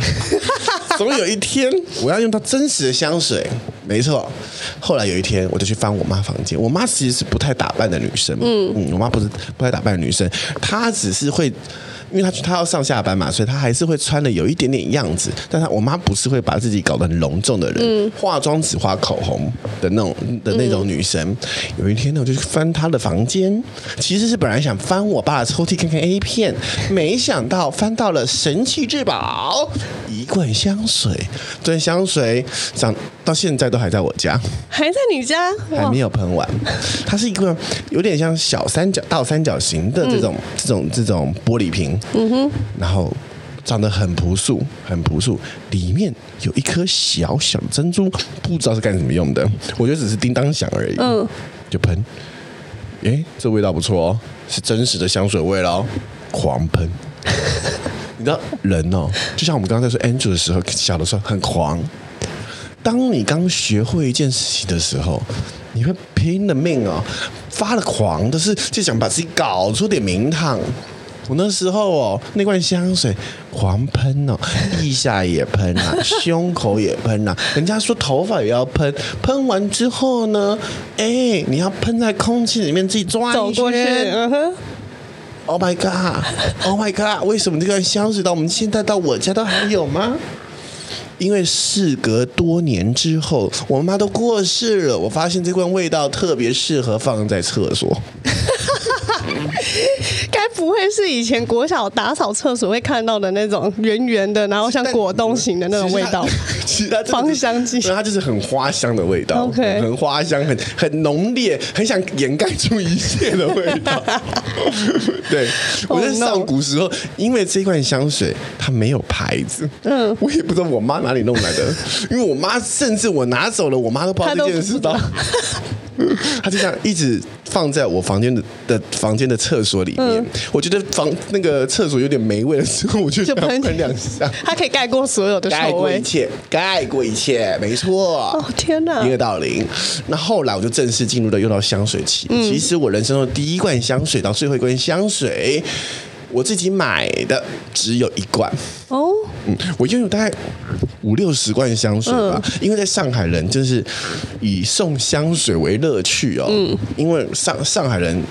总有一天我要用到真实的香水，没错。后来有一天我就去翻我妈房间，我妈其实是不太打扮的女生，嗯嗯，我妈不是不太打扮的女生，她只是会。因为她她要上下班嘛，所以她还是会穿的有一点点样子。但她我妈不是会把自己搞得很隆重的人，化妆只画口红的那种的那种女生。有一天呢，我就去翻她的房间，其实是本来想翻我爸的抽屉看看 A 片，没想到翻到了神器至宝——一罐香水。这罐香水长到现在都还在我家。
还在你家？
还
哇
没，有喷 完，它是一个有点像小三角倒三角形的这种、这种这种玻璃瓶，嗯哼，然后长得很朴素，很朴素，里面有一颗小小珍珠，不知道是干什么用的，我觉得只是叮当响而已，
嗯，
就喷，诶，这味道不错哦，是真实的香水味喽，狂喷。你知道人哦，就像我们刚刚在说 Andrew 的时候，小的时候很狂，当你刚学会一件事情的时候，你会拼了命哦，发了狂的是就想把自己搞出点名堂。我那时候哦，那罐香水狂喷哦，腋下也喷啊，胸口也喷啊，人家说头发也要喷，喷完之后呢，哎、你要喷在空气里面自己抓
走
一
过去，
圈，
嗯哼，
Oh my god! Oh my god! 为什么这个香水到我们现在到我家都还有吗？因为事隔多年之后，我妈都过世了，我发现这罐味道特别适合放在厕所。
该该不会是以前国小打扫厕所会看到的那种圆圆的，然后像果冻型的那种味道。
其实它 真的
芳香剂
没有它就是很花香的味道
OK
很花香，很很浓烈，很想掩盖住一切的味 道。对，我
Oh
在
no
上古时候，因为这罐香水它没有牌子，嗯，我也不知道我妈哪里弄来 的，因为我妈甚至我拿走了，我妈都不知
她
道
都
这件
不
事
知道
到。 他就这样一直放在我房间的的房间的厕所里面，
嗯
我觉得房那个厕所有点霉味的时候，我就
就
想
喷
喷 两下，
它可以盖过所有的
盖
臭
过一
味。
切，盖过一切，没错。
欸哦天哪
一！个道理。那后来我就正式进入了用到香水期。其实我人生中的第一罐香水到最后一罐香水，我自己买的只有一罐。
哦，
嗯，我拥有大概五六十罐香水吧，因为在上海人就是以送香水为乐趣哦，因为上上海人。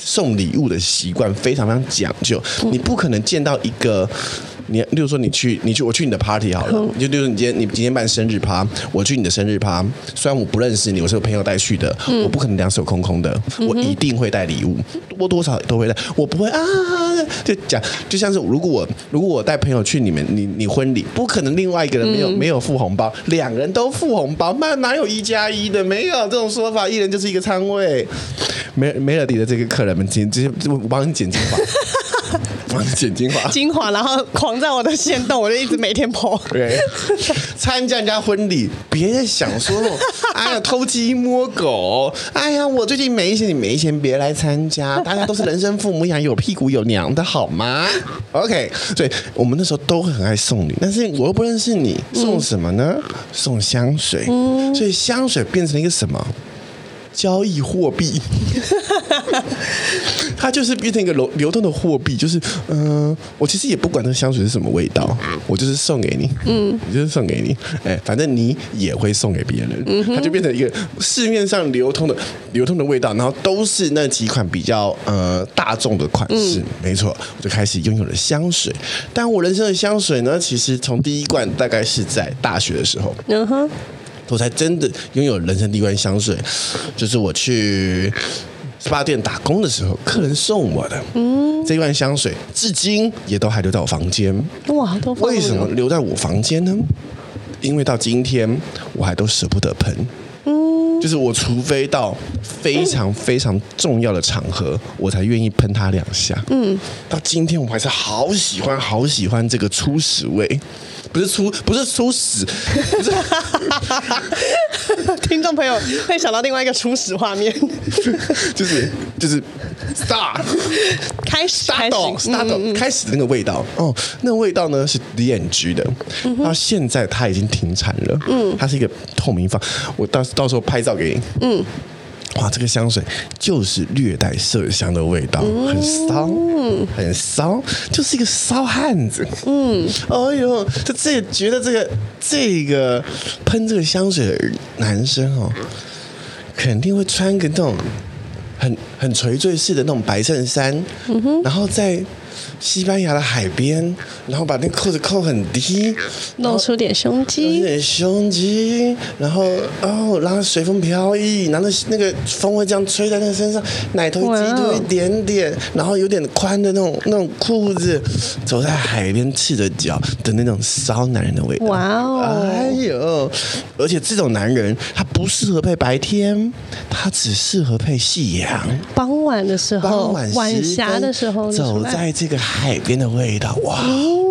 送礼物的习惯非常非常讲究，你不可能见到一个，你例如说你去你去我去你的 party 好了，就例如你今天你今天办生日趴，我去你的生日趴，虽然我不认识你，我是我朋友带去的，我不可能两手空空的，我一定会带礼物，多多少少都会带，我不会啊，就讲就像是如果我如果我带朋友去你们你你婚礼，不可能另外一个人没有、没有付红包，两个人都付红包，那哪有一加一的？没有这种说法，一人就是一个仓位。梅梅尔迪的这个客人们，今今我帮你剪精华，帮你剪精华。
精华，然后狂在我的线动，我就一直每天 剖。
对，参加人家婚礼，别人想说 那种，哎呀，偷鸡摸狗，哎呀，我最近没钱，你没钱别来参加，大家都是人生父母养，有屁股有娘的好吗？OK，所以我们那时候都会很爱送礼，但是我又不认识你，送什么呢？送香水，所以香水变成一个什么？交易货币， 它就是变成一个流流动的货币，就是嗯、呃我其实也不管那个香水是什么味道，我就是送给你，嗯，我就是送给你，哎、反正你也会送给别人，它就变成一个市面上流通的流通的味道，然后都是那几款比较呃大众的款式，没错，我就开始拥有了香水。但我人生的香水呢，其实从第一罐大概是在大学的时候，
嗯哼，
我才真的拥有人生第一罐香水，就是我去 SPA 店打工的时候，客人送我的。嗯，这罐香水至今也都还留在我房间。
哇，都放
为什
了
么留在我房间呢？因为到今天我还都舍不得喷。就是我除非到非常非常重要的场合，我才愿意喷它两下。嗯，到今天我还是好喜欢好喜欢这个初始味，不是初不是初始，不是
听众朋友会想到另外一个初始画 面，
就是就是 start
开始开
start
始嗯
start 开始的那个味道哦，那个味道呢是 DNG 的，到现在它已经停产了，嗯，它是一个透明放，我到到时候拍照给你，嗯。哇，这个香水就是略带麝香的味道，很骚，很骚，就是一个骚汉子。嗯，哎呦，他这觉得这个这个喷这个香水的男生哦，肯定会穿个那种很很垂坠式的那种白衬衫，然后在西班牙的海边，然后把那扣子扣很低，
露出点胸
有
肌，
点胸肌，然后哦，然后随风飘逸，然后那个风会这样吹在那个身上，奶头
哇
挤
哦
出一点点，然后有点宽的那种那种裤子，走在海边赤着脚的那种骚男人的味道。
哇哦
哎呦，而且这种男人他不适合配白天，他只适合配夕阳。
傍晚的时候，
傍晚
哦晚
时分
霞的时候，
走在这个海边的味道，哇！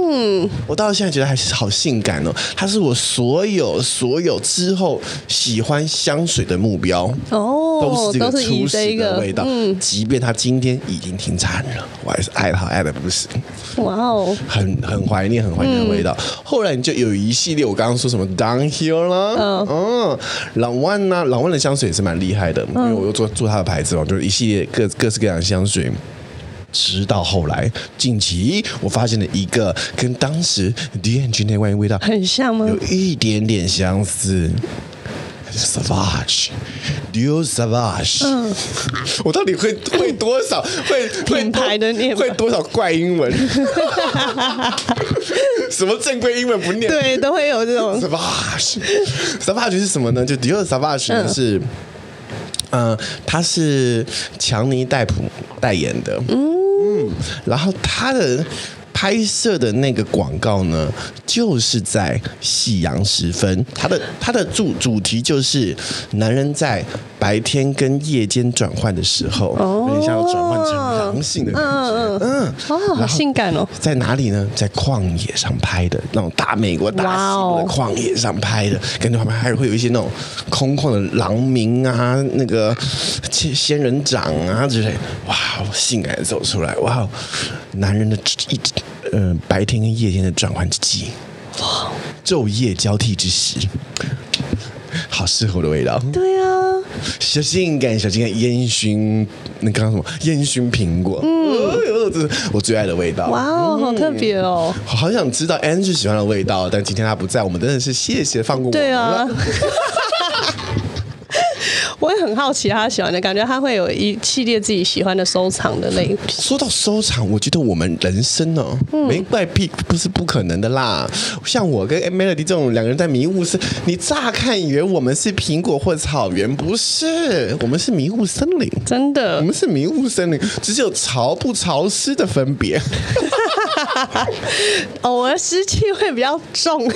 嗯，我到现在觉得还是好性感哦。它是我所有所有之后喜欢香水的目标。
哦
都，是这
都
个
是以
初
这
始
一
的
个
味道，
嗯，
即便它今天已经停产了，我还是爱它爱的不行，
哇哦，
很很怀念很怀念的味道。后来你就有一系列我刚刚说什么 downhill 啦，
嗯
嗯，老万呐、老万的香水也是蛮厉害的，因为我又做做他的牌子嘛，就是一系列各各式各样的香水。直到后来，近期我发现了一个跟当时 DNG 那罐味道
很像哦吗
有？一点点相似。Savage, d u Savage，嗯，我到底会会多少会会
品牌的念法
会多少怪英文？ 什么正规英文不念？
对，都会有这
嗯
种
Savage Savage 是什么呢？就迪奥 Savage 呢是。呃嗯，他是强尼戴普代言的。嗯， YouTube，然后他的。拍摄的那个广告呢，就是在夕阳时分，它的它的主主题就是男人在白天跟夜间转换的时候，
哦
等一下要转换成狼性的感觉，嗯，
哦，好
然后
性感哦！
在哪里呢？在旷野上拍的那种大美国大西部
哇
的
哦
旷野上拍的，感觉旁边还会有一些那种空旷的狼鸣啊，那个仙仙人掌啊之类，哇，性感地走出来，哇哦，男人的一呃白天跟夜间的转换之际，哇，昼夜交替之时。好适合我的味道，
对啊，
小性感，小性感，烟熏，那刚刚什么烟熏苹果，嗯，这是我最爱的味道。
哇哦，好特别哦！
好想知道 Angie 喜欢的味道，但今天她不在，我们真的是谢谢放过我们
对啊
了。，
我也很好奇他喜欢的，感觉他会有一系列自己喜欢的收藏的类。
说到收藏，我觉得我们人生呢、哦，
嗯
没怪癖不是不可能的啦。像我跟 Melody 这种两个人在迷雾森，你乍看以为我们是苹果或草原，不是，我们是迷雾森林。
真
我
的
们，是迷雾森林，只是有潮不潮湿的分别。
偶尔湿气会比较重。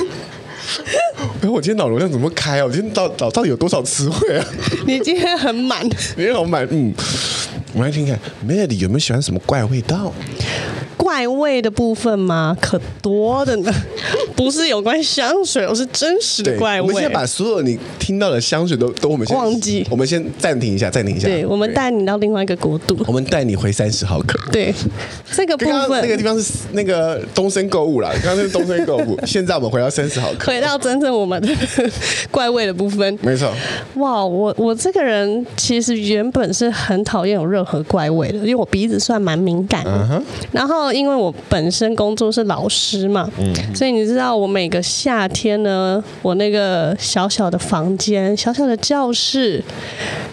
哎，我今天脑容量怎么开啊？我今天到到到底有多少词汇啊？
你今天很满，
你让我买，嗯，我们来听看 Melody 有没有喜欢什么怪味道？
怪味的部分吗？可多的呢，不是有关香水，而是真实的
对，
怪
我们现
味
在。把所有你听到的香水都都我们先
忘记
我们先暂停一下，暂停一下。
对，我们带你到另外一个国度。
我们带你回三十毫克。
对，这个部
哦刚刚那个地
分
方是那个东升购物啦，刚刚是东升购物，现在我们回到三十毫克，
回到真正我们的 怪味的部分。
没错。
哇，我我这个人其实原本是很讨厌有任何怪味的，因为我鼻子算蛮敏感的。
嗯哼，
然后因为我本身工作是老师嘛，
嗯
所以你知道我每个夏天呢，我那个小小的房间、小小的教室，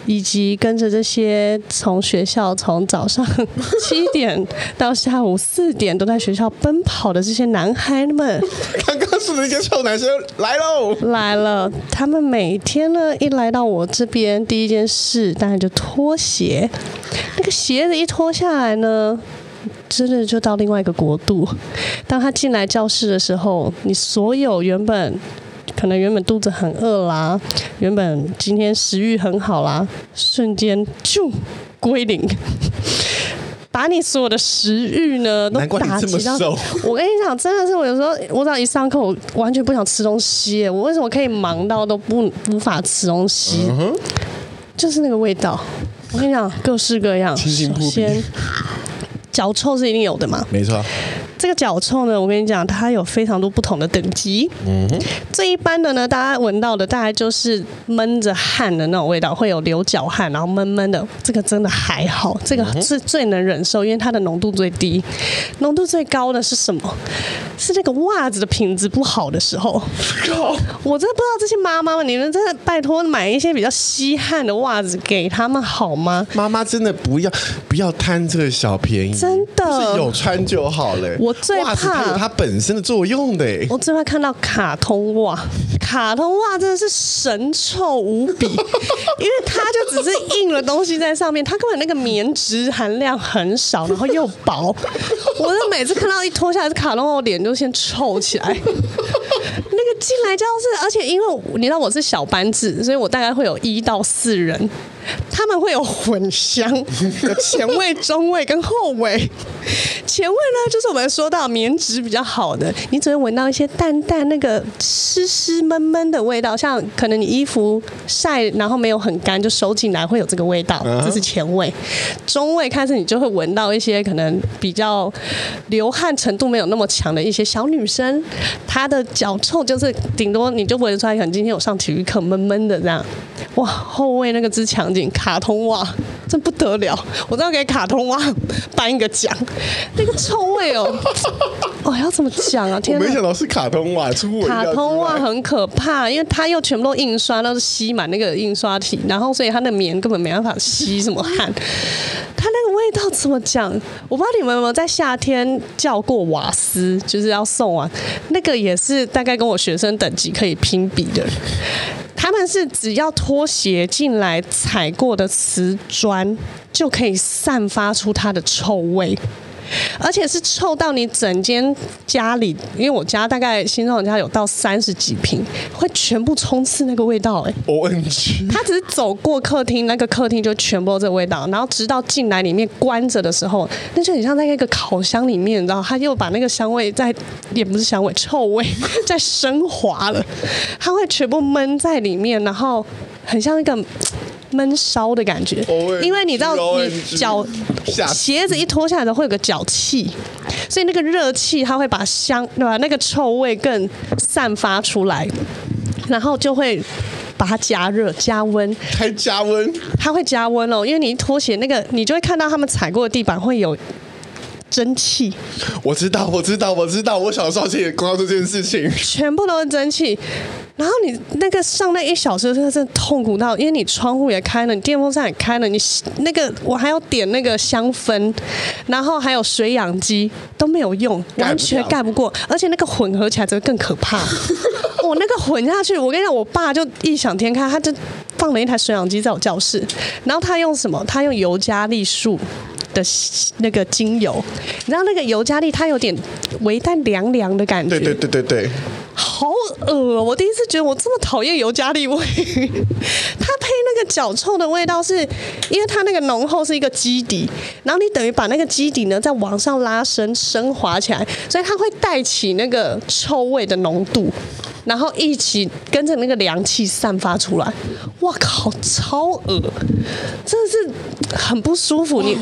以及跟着这些从学校从早上 七点到下午四点都在学校奔跑的这些男孩们。
刚刚是那些臭男生来喽。
来了，他们每天呢一来到我这边，第一件事当然就脱鞋。那个鞋子一脱下来呢，真的就到另外一个国度。当他进来教室的时候，你所有原本可能原本肚子很饿啦，原本今天食欲很好啦，瞬间就归零。 把你所有的食欲呢都
难怪你
打
这么
击到
瘦
我跟你讲，真的是我有时候，我只要一上课，我完全不想吃东西耶。我为什么可以忙到都不无法吃东西？就是那个味道。我跟你讲，各式各样。
清新扑
首
鼻
先，脚臭是一定有的嘛。
没错，
这个脚臭呢，我跟你讲，它有非常多不同的等级。
嗯
最一般的呢，大家闻到的大概就是闷着汗的那种味道，会有流脚汗，然后闷闷的，这个真的还
嗯
好，这个是最能忍受，因为它的浓度最低。浓度最高的是什么？是那个袜子的品质不好的时候。我真的不知道这些妈妈们，你们真的拜托买一些比较吸汗的袜子给他们好吗？
妈妈真的不要不要贪这个小便宜，
真的
就是有穿就好了。
我最
袜子它
怕
有它本身的作用的欸，
我最怕看到卡通袜，卡通袜真的是神臭无比，因为它就只是印了东西在上面，它根本那个棉质含量很少，然后又薄。我就每次看到一脱下来是卡通袜，我脸就先臭起来。 那个进来教室，而且因为你知道我是小班制，所以我大概会有一到四人。他们会有混香，有前卫、中卫跟后卫。前卫呢，就是我们说到棉质比较好的，你只会闻到一些淡淡那个湿湿闷闷的味道，像可能你衣服晒然后没有很干就收进来会有这个味道，
嗯哼
这是前卫。中卫开始你就会闻到一些可能比较流汗程度没有那么强的一些小女生，她的脚臭就是顶多你就闻得出来，可能今天有上体育课闷闷的这样。哇，后卫那个之强劲，卡通袜，真不得了！我都要给卡通袜 颁一个奖，那个臭味哦， 哦，要怎么讲啊？
我
天
没想
哪！
到是卡通袜，出我意料
卡
之
通啊袜
外
很可怕，因为它又全部都印刷，都是吸满那个印刷体，然后所以它的棉根本没办法吸什么 汗。它那个味道怎么讲？我不知道你们有没有在夏天叫过瓦斯，就是要送啊，那个也是大概跟我学生等级可以拼比的。他们是只要拖鞋进来踩过的瓷砖，就可以散发出它的臭味。而且是臭到你整间家里，因为我家大概新创家有到三十几平，会全部充斥那个味道、欸，哎。
O N G，
他只是走过客厅，那个客厅就全部都这味道，然后直到进来里面关着的时候，那就很像在那个烤箱里面，你知道，他又把那个香味在，也不是香味，臭味 在升华了，它会全部闷在里面，然后很像那个。闷烧的感觉
OMG，
因为哦你知道，你
OMG
脚
吓死
鞋子一脱下来的会有个脚气，所以那个热气它会把香对吧？那个臭味更散发出来，然后就会把它加热加温，
还加温，
它会加温哦，因为你一拖鞋那个，你就会看到他们踩过的地板会有蒸汽，
我知道，我知道，我知道，我小时候也光到这件事情，
全部都是蒸汽。然后你那个上那一小时，真的真的痛苦到，因为你窗户也开了，你电风扇也开了，你那个我还要点那个香氛，然后还有水养机都没有用，完全
盖
盖不过，而且那个混合起来只会更可 怕。我、那个混下去，我跟你讲，我爸就异想天开，他就放了一台水养机在我教室，然后他用什么？他用尤加利树。的那个精油，你知道那个尤加利它有点微带凉凉的感觉，
对对对对对，
好恶哦、我第一次觉得我这么讨厌尤加利味， 它配那个脚臭的味道是，因为它那个浓厚是一个基底，然后你等于把那个基底呢再往上拉伸升华起来，所以它会带起那个臭味的浓度，然后一起跟着那个凉气散发出来。哇靠，超恶，真的是很不舒服，你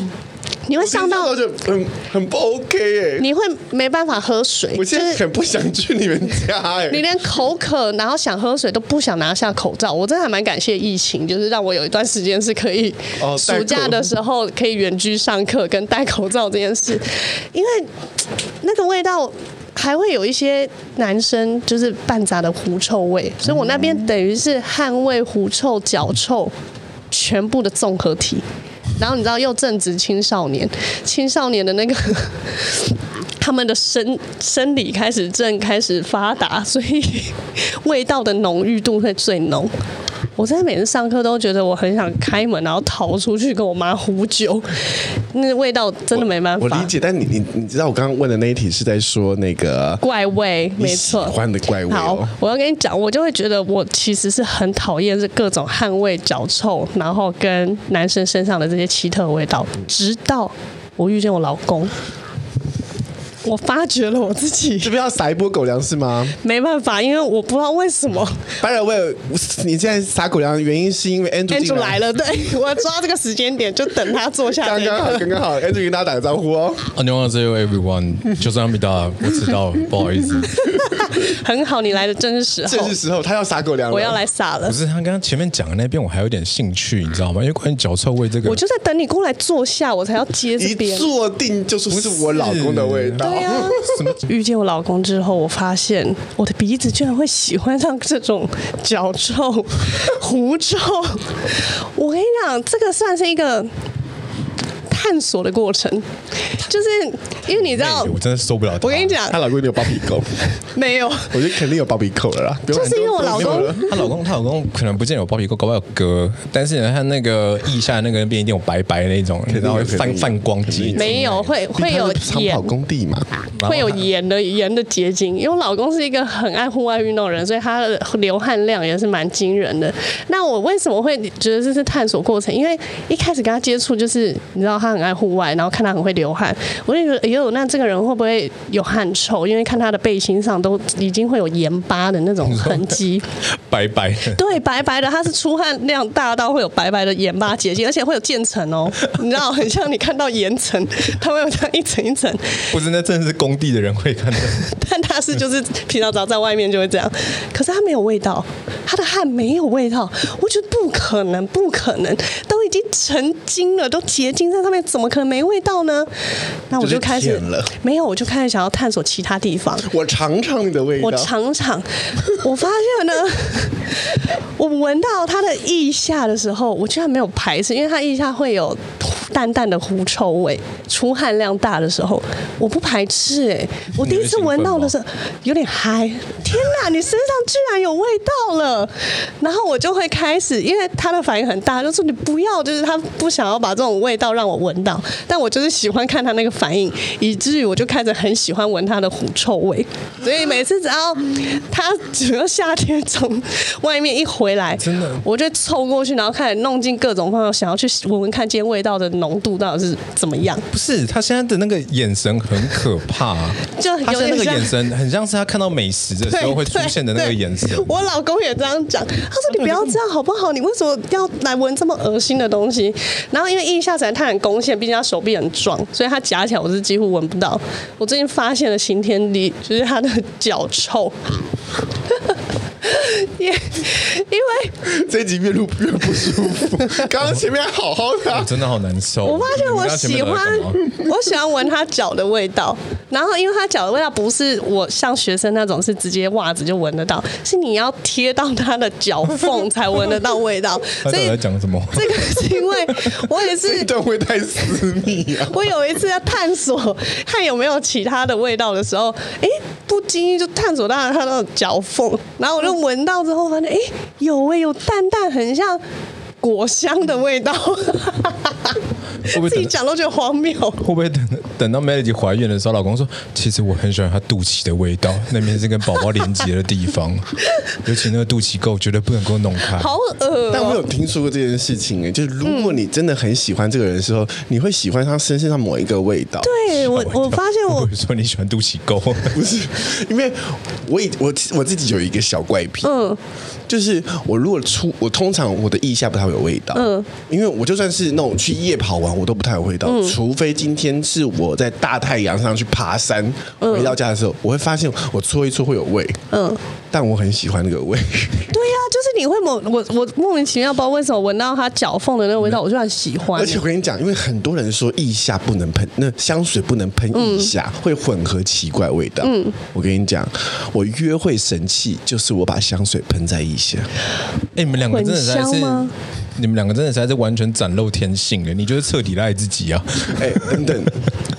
你会上到
我就很很不 OK 哎、
你会没办法喝水，
我现
就
在
是
很不想去你们 家哎、
你连口渴，然后想喝水都不想拿下口罩，我真的还蛮感谢疫情，就是让我有一段时间是可以
哦戴口
暑假的时候可以远居上课跟戴口罩这件事，因为嘖那个味道。还会有一些男生就是半杂的狐臭味，所以我那边等于是汗味、狐臭、脚臭全部的综合体。然后你知道又正值青少年，青少年的那个他们的生生理开始正开始发达，所以味道的浓郁度会最浓。我真的每次上课都觉得我很想开门，然后逃出去跟我妈呼救，那味道真的没办
我理
法。
解，但你你你知道我刚刚问的那一题是在说那个
怪味，
你
没错，
喜欢的怪味
好
哦，，
我要跟你讲，我就会觉得我其实是很讨厌这各种汗味、脚臭，然后跟男生身上的这些奇特的味道，直到我遇见我老公，我发觉了我自己
这边要撒一波狗粮是吗？
没办法，因为我不知道为什 么
拜尔威尔，你现在撒狗粮的原因是因为 Andrew 进
Andrew 来
了，
了，对我抓这个时间点，就等他坐下
刚
这一
啊刚好，
刻。
刚刚好，Andrew 跟大家打个招呼哦。
안녕하세요 everyone，就算米达，我知道，不好 意思，
很好，你来的真是时
这
候
是，时候，他要撒狗粮了，
我要来撒了
不。是他刚刚前面讲的那边我还有点兴趣，你知道吗？因为关于脚臭味这个，
我就在等你过来坐下，我才要接这
一
边。
坐定就是是我老公的味道。
对啊，遇见我老公之后，我发现我的鼻子居然会喜欢上这种脚臭、狐臭。我跟你讲，这个算是一个探索的过程，就是因为你知
哎
道，
我真的受不了他。
我跟你讲
她，老公一定有包皮扣，
没有，
我觉得肯定有包皮扣了啦。不用
就是因为我老公
不用了
她老公，她老公可能不见有包皮垢，搞不好有割，但是呢，她那个腋下那个那边一定有白白的那种，
定有
然后会
肯
泛
定有
泛光肌。
没有，会会有
长
眼
跑。工地嘛，
然后
会有
她
盐的盐的结晶，因为我老公是一个很爱户外运动的人，所以他的流汗量也是蛮惊人的。那我为什么会觉得这是探索过程？因为一开始跟他接触，就是你知道他很爱户外，然后看他很会流汗，我就觉得，哎呦，那这个人会不会有汗臭？因为看他的背心上都已经会有盐巴的那种痕 迹。
白白的，
对，白白的，它是出汗量大到会有白白的盐巴结晶，而且会有渐层哦。你知道，很像你看到盐层，它会有这样一层一层。
不是那真的是工地的人会看到。
但他是就是平常只要在外面就会这样，可是他没有味道，他的汗没有味道，我觉得不可能，不可能，都已经成精了，都结晶在上面，怎么可能没味道呢？那我
就是
就开始
舔了
没有，我就开始想要探索其他地方。
我尝尝你的味道。
我尝尝，我发现呢，我闻到它的腋下的时候，我居然没有排斥，因为它腋下会有淡淡的狐臭味，出汗量大的时候，我不排斥、哎，我第一次闻到的时候有点嗨，天哪，你身上居然有味道了！然后我就会开始，因为他的反应很大，就说你不要就是他不想要把这种味道让我闻到，但我就是喜欢看他那个反应，以至于我就开始很喜欢闻他的狐臭味。所以每次只要他只要夏天从外面一回来，
真的
我就凑过去，然后开始弄尽各种方法，想要去闻闻看今天味道的浓度到底是怎么样。
不是他现在的那个眼神很可 怕、
就有点
他现在那个
像
眼神很像是他看到美食的时
对，
候会出
对
现的那个
对
眼神。
我老公也这样讲，他说你不要这样好不好？你为什么要来闻这么恶心的东西？然后因为腋下实在太很攻陷，毕竟他手臂很壮，所以他夹起来我是几乎闻不到。我最近发现了新天地，就是他的脚臭。 也因为
这一集越录越不舒 服。刚刚前面还好好的
我
啊，
真的好难受。
我发现
你
我
们刚前面
喜
都在
欢
干嘛，
我喜欢闻他脚的味道。然后，因为他脚的味道不是我像学生那种是直接袜子就闻得到，是你要贴到他的脚缝才闻得到味 道。
他
所
到底
以
在讲什么？
这个是因为我也
这一
是。
段会太私密 啊。
我有一次在探索看有没有其他的味道的时候，哎，不经意就探索到了他的脚缝，然后我就闻到之后发现，哎，有哎、有淡淡很像果香的味道，
会不会
自己
等？
讲都觉得荒谬。
会不会等等到 Melody 怀孕的时候，老公说：“其实我很喜欢她肚脐的味道，那边是跟宝宝连接的地方， 尤其那个肚脐垢，绝对不能给我弄开。”
好恶、
啊
哦
但我有听说过这件事情诶、欸就是如果你真的很喜欢这个人的时候，你会喜欢他身上某一个味道。
对我，我发现我
我说你喜欢肚脐垢，
不是，因为我以我我自己有一个小怪癖，
嗯
就是我如果出我通常我的腋下不太会有味道，
嗯
因为我就算是那种去夜跑完，我都不太有味道，
嗯
除非今天是我在大太阳上去爬山，回到家的时候，我会发现我搓一搓会有味，
嗯，
但我很喜欢那个味，
对呀、就是你会某我我莫名其妙不知道为什么闻到他脚缝的那个味道，我就很喜欢。
嗯而且我跟你讲，因为很多人说腋下不能喷，那香水不能喷
嗯
腋下，会混合奇怪味道，我跟你讲，我约会神器就是我把香水喷在腋下。
哎、你们两个真的实在
混香
是
吗，
你们两个真的实在是完全展露天性了。你就是彻底的爱自己啊！
哎、等等，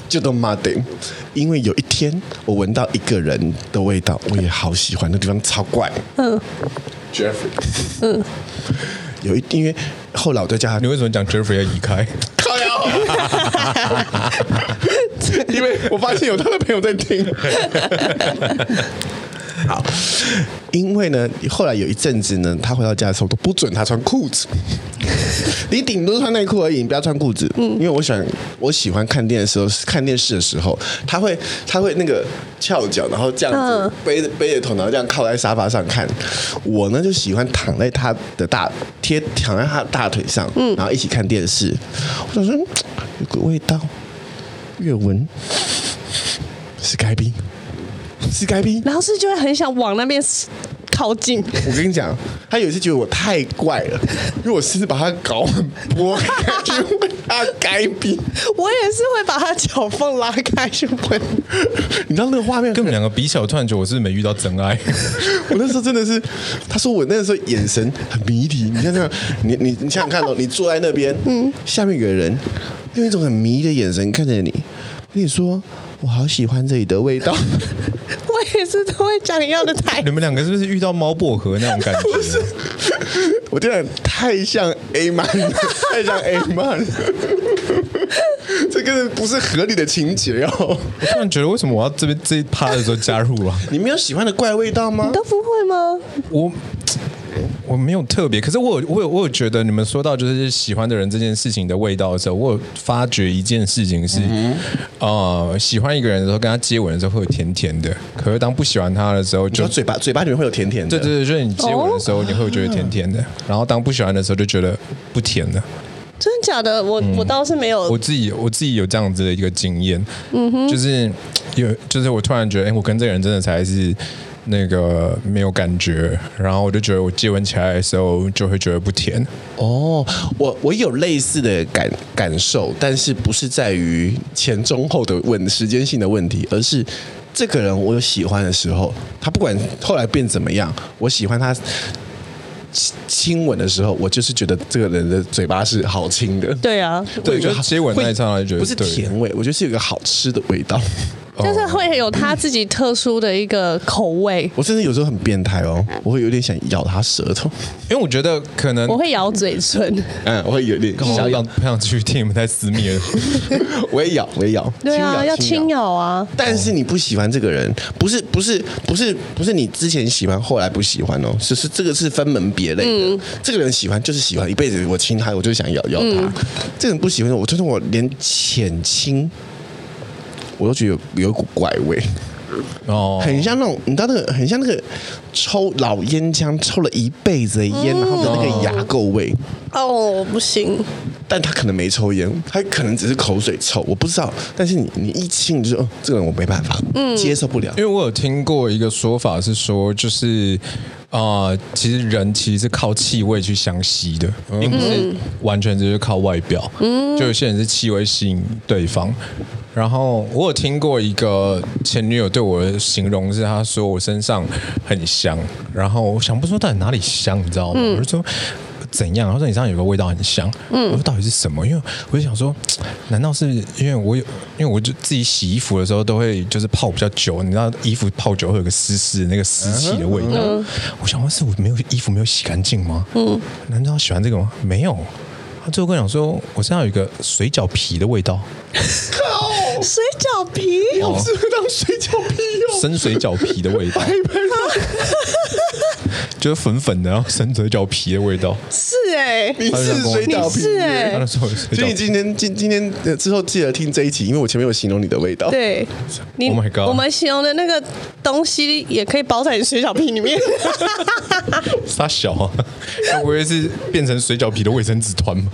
就都妈的，因为有一天我闻到一个人的味道，我也好喜欢，那地方超怪。嗯，Jeffrey。嗯，有一因为后来我在叫他
你为什么讲 Jeffrey 要移开？
靠腰， 因为我发现有他的朋友在听。好，因为呢，后来有一阵子呢，他回到家的时候都不准他穿裤子，你顶多穿内裤而已，你不要穿裤子。因为我喜欢我喜欢看电的时候，看电视的时候，他会他会那个翘脚，然后这样子
嗯
背着背着头，然后这样靠在沙发上看。我呢就喜欢躺在他的大贴躺在他的大腿上，然后一起看电视。我想说嗯有个味道，越闻是该冰，是该冰。
然后是就会很想往那边靠近，
我跟你讲，他有一次觉得我太怪了， 因为我甚至把他搞很拨开，因为他该冰。
我也是会把他脚缝拉开去闻。
你知道那个画面
跟你们两个比起来，我突然觉得我是没遇到真爱。
我那时候真的是，他说我那时候眼神很迷离。你看这样， 你你你想想看哦，你坐在那边，嗯，下面有个人用一种很迷的眼神看着你，跟你说我好喜欢这里的味道。
我也是都会讲一样的 台
你，们两个是不是遇到猫薄荷那种感 觉？
我真的太像 A 曼了，太像 A 曼了，这个不是合理的情节哦。
我突然觉得，为什么我要这边这一趴的时候加入啊？
你没有喜欢的怪味道吗
你？都不会吗？
我我没有特别，可是我有我有我有觉得你们说到就是喜欢的人这件事情的味道的时候，我有发觉一件事情是，
嗯
呃，喜欢一个人的时候，跟他接吻的时候会有甜甜的，可是当不喜欢他的时候
你
就
说。嘴哦巴嘴巴里面会有甜甜的，
对对对，就是你接吻的时候，你会觉得甜甜的，然后当不喜欢的时候，就觉得不甜了。
真的假的？我、
嗯
我倒是没有
我。自己我自己有这样子的一个经验，嗯哼，就是有就是我突然觉得，哎、我跟这个人真的才是那个没有感觉，然后我就觉得我接吻起来的时候就会觉得不甜，
哦，我我有类似的感感受，但是不是在于前中后的问时间性的问题，而是这个人我有喜欢的时候，他不管后来变怎么样，我喜欢他亲亲吻的时候，我就是觉得这个人的嘴巴是好亲的。
对啊，
对，
我觉
就
得
接吻那一刹那就觉得
不是
对
甜味，我觉得是有一个好吃的味道。
就是会有他自己特殊的一个口味。
我甚至有时候很变态哦，我会有点想咬他舌头，
因为我觉得可能
我会咬嘴 唇，
嗯，我会有点
干嘛
想
我
咬
想，不想去听你们太私密了。
我也咬，我也咬，
对啊，要
轻
轻。咬啊，
但是你不喜欢这个人，不是不是不是不是你之前喜欢，后来不喜欢哦，是是这个是分门别类的。
嗯
这个人喜欢就是喜欢，一辈子我亲他，我就想咬咬他。
嗯
这个人不喜欢我，就是我连浅亲，我都觉得有有一股怪味。
哦，
很像那种，你知道那个很像那个抽老烟枪抽了一辈子的烟，然后的那个牙垢味，
哦，我不行，
但他可能没抽烟，他可能只是口水臭，我不知道。但是你你一亲你就说，哦，这个人我没办法，接受不了
因。为我有听过一个说法是说，就是啊、呃其实人其实是靠气味去相吸的，并不是完全就是靠外表。就有些人是气味吸引对方。然后我有听过一个前女友对我的形容是，她说我身上很香，然后我想不出到底哪里香，你知道吗？我就说。怎样？她说你身上有个味道很香，
嗯
我说到底是什么？因为我就想说，难道是因为我有，因为我就自己洗衣服的时候都会就是泡比较久，你知道衣服泡久会有个湿湿的那个湿气的味道。
嗯
我想问是我没有衣服没有洗干净吗？嗯，难道她喜欢这个吗？没有。她最后跟我讲说，我身上有一个水饺皮的味道，
水饺皮，
我是会当水饺屁用，
生水饺皮的 味道，就是粉粉的，然后生水饺皮的味道。
是 哎，
你是水饺
你是
屁。
哎
他就说我水
所以你
饺皮
今天今今天呃之后记得听这一集，因为我前面有形容你的味道。
对，你
Oh my god
我们形容的那个东西也可以包在你水饺皮里 面。
傻小 啊，该不会是变成水饺皮的卫生纸团吗？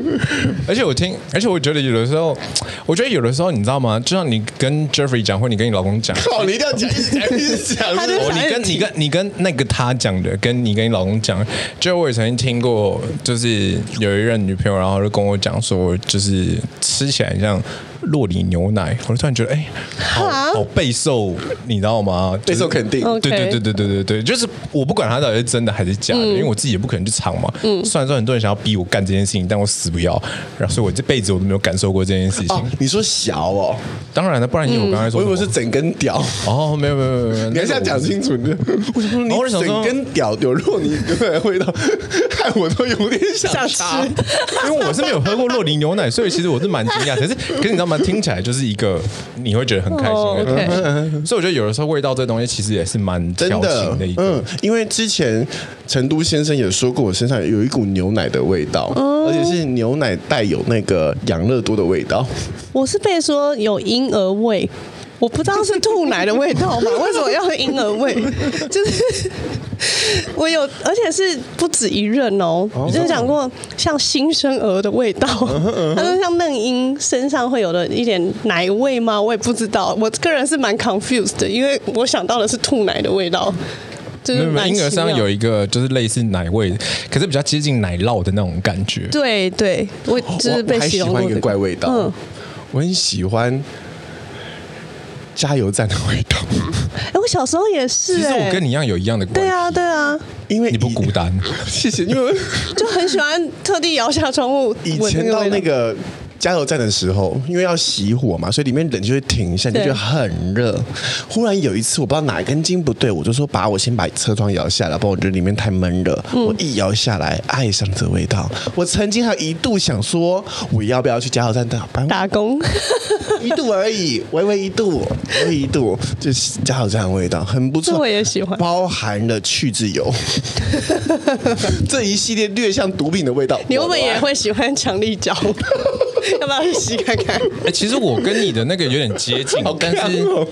而且我听，而且我觉得有的时候，我觉得有的时候你知道吗？就像你跟 Jeffrey 讲，或你跟你老公讲，
靠，你一定要讲，一直讲，一直讲。
他就
我
哦，你跟你跟你跟那个他讲的，跟你跟你老公讲，就我也曾经听过，就是有一任女朋友，然后就跟我讲说，就是吃起来很像洛里牛奶，我就突然觉得，哎、好
哈
好备受，你知道吗？就是
备受肯定
对对
OK
对对对对对，就是我不管它到底是真的还是
嗯
假的，因为我自己也不可能去尝嘛。虽然说很多人想要逼我干这件事情，但我死不要，然后所以我这辈子我都没有感受过这件事情。
哦，你说小哦，
当然了，不然你我刚才
我
说什
以
么，
为是整根屌。
哦，没有没有没有没有，
你还是要
那个
讲
我不知道
清楚，你我想
哦我
说
就
你
想
整
说
根屌有肉泥的味道，害我都有点想
想
吃。
因为我是没有喝过洛梨牛奶，所以其实我是蛮惊讶。可是，可是你知道吗？听起来就是一个你会觉得很开
哦
心的
，OK
东西。所以我觉得有的时候味道这东西其实也是蛮
真
调
的
情的一，个。
嗯，因为之前成都先生也说过，我身上有一股牛奶的味道，而且是牛奶带有那个养乐多的味道。
我是被说有婴儿味，我不知道是吐奶的味 道吗？为什么要婴儿味？就是 我有，而且是不止一任哦，我就是讲过像新生儿的味道，
嗯
他说像嫩婴身上会有的一点奶味吗？我也不知道，我个人是蛮 confused 的，因为我想到的是吐奶的味道。就
没
是
有没有
蛮
婴儿身上
奇妙
有一个就是类似奶味，可是比较接近奶酪的那种感觉。
对对，我就是被
我还
形
喜
容过
欢一
这
个
个
怪味道，
嗯
我很喜欢加油站的味道，
哎、我小时候也是、
其实
哎
我跟你一样有一样的关系。
对啊对啊，
因为
你不孤
以，
单。
谢谢，因为。
就很喜欢特地摇下窗户
以
闻
前
那个
到
味道
那个加油站的时候，因为要熄火嘛，所以里面冷就会停一下，你就觉得很热。忽然有一次，我不知道哪根筋不对，我就说把我先把车窗摇下来，不然我觉得里面太闷了。
嗯
我一摇下来，爱上这味道。我曾经还一度想说，我要不要去加油站打班？
打工，
一度而已，微微一度，微微一度，就是加油站的味道，很不错。
这我也喜欢
包含了去渍 油，这一系列略像毒品的味道。
你会不
我
会
都爱
也会喜欢强 力胶？要不要去洗看看？
哎、其实我跟你的那个有点接近，但是
哦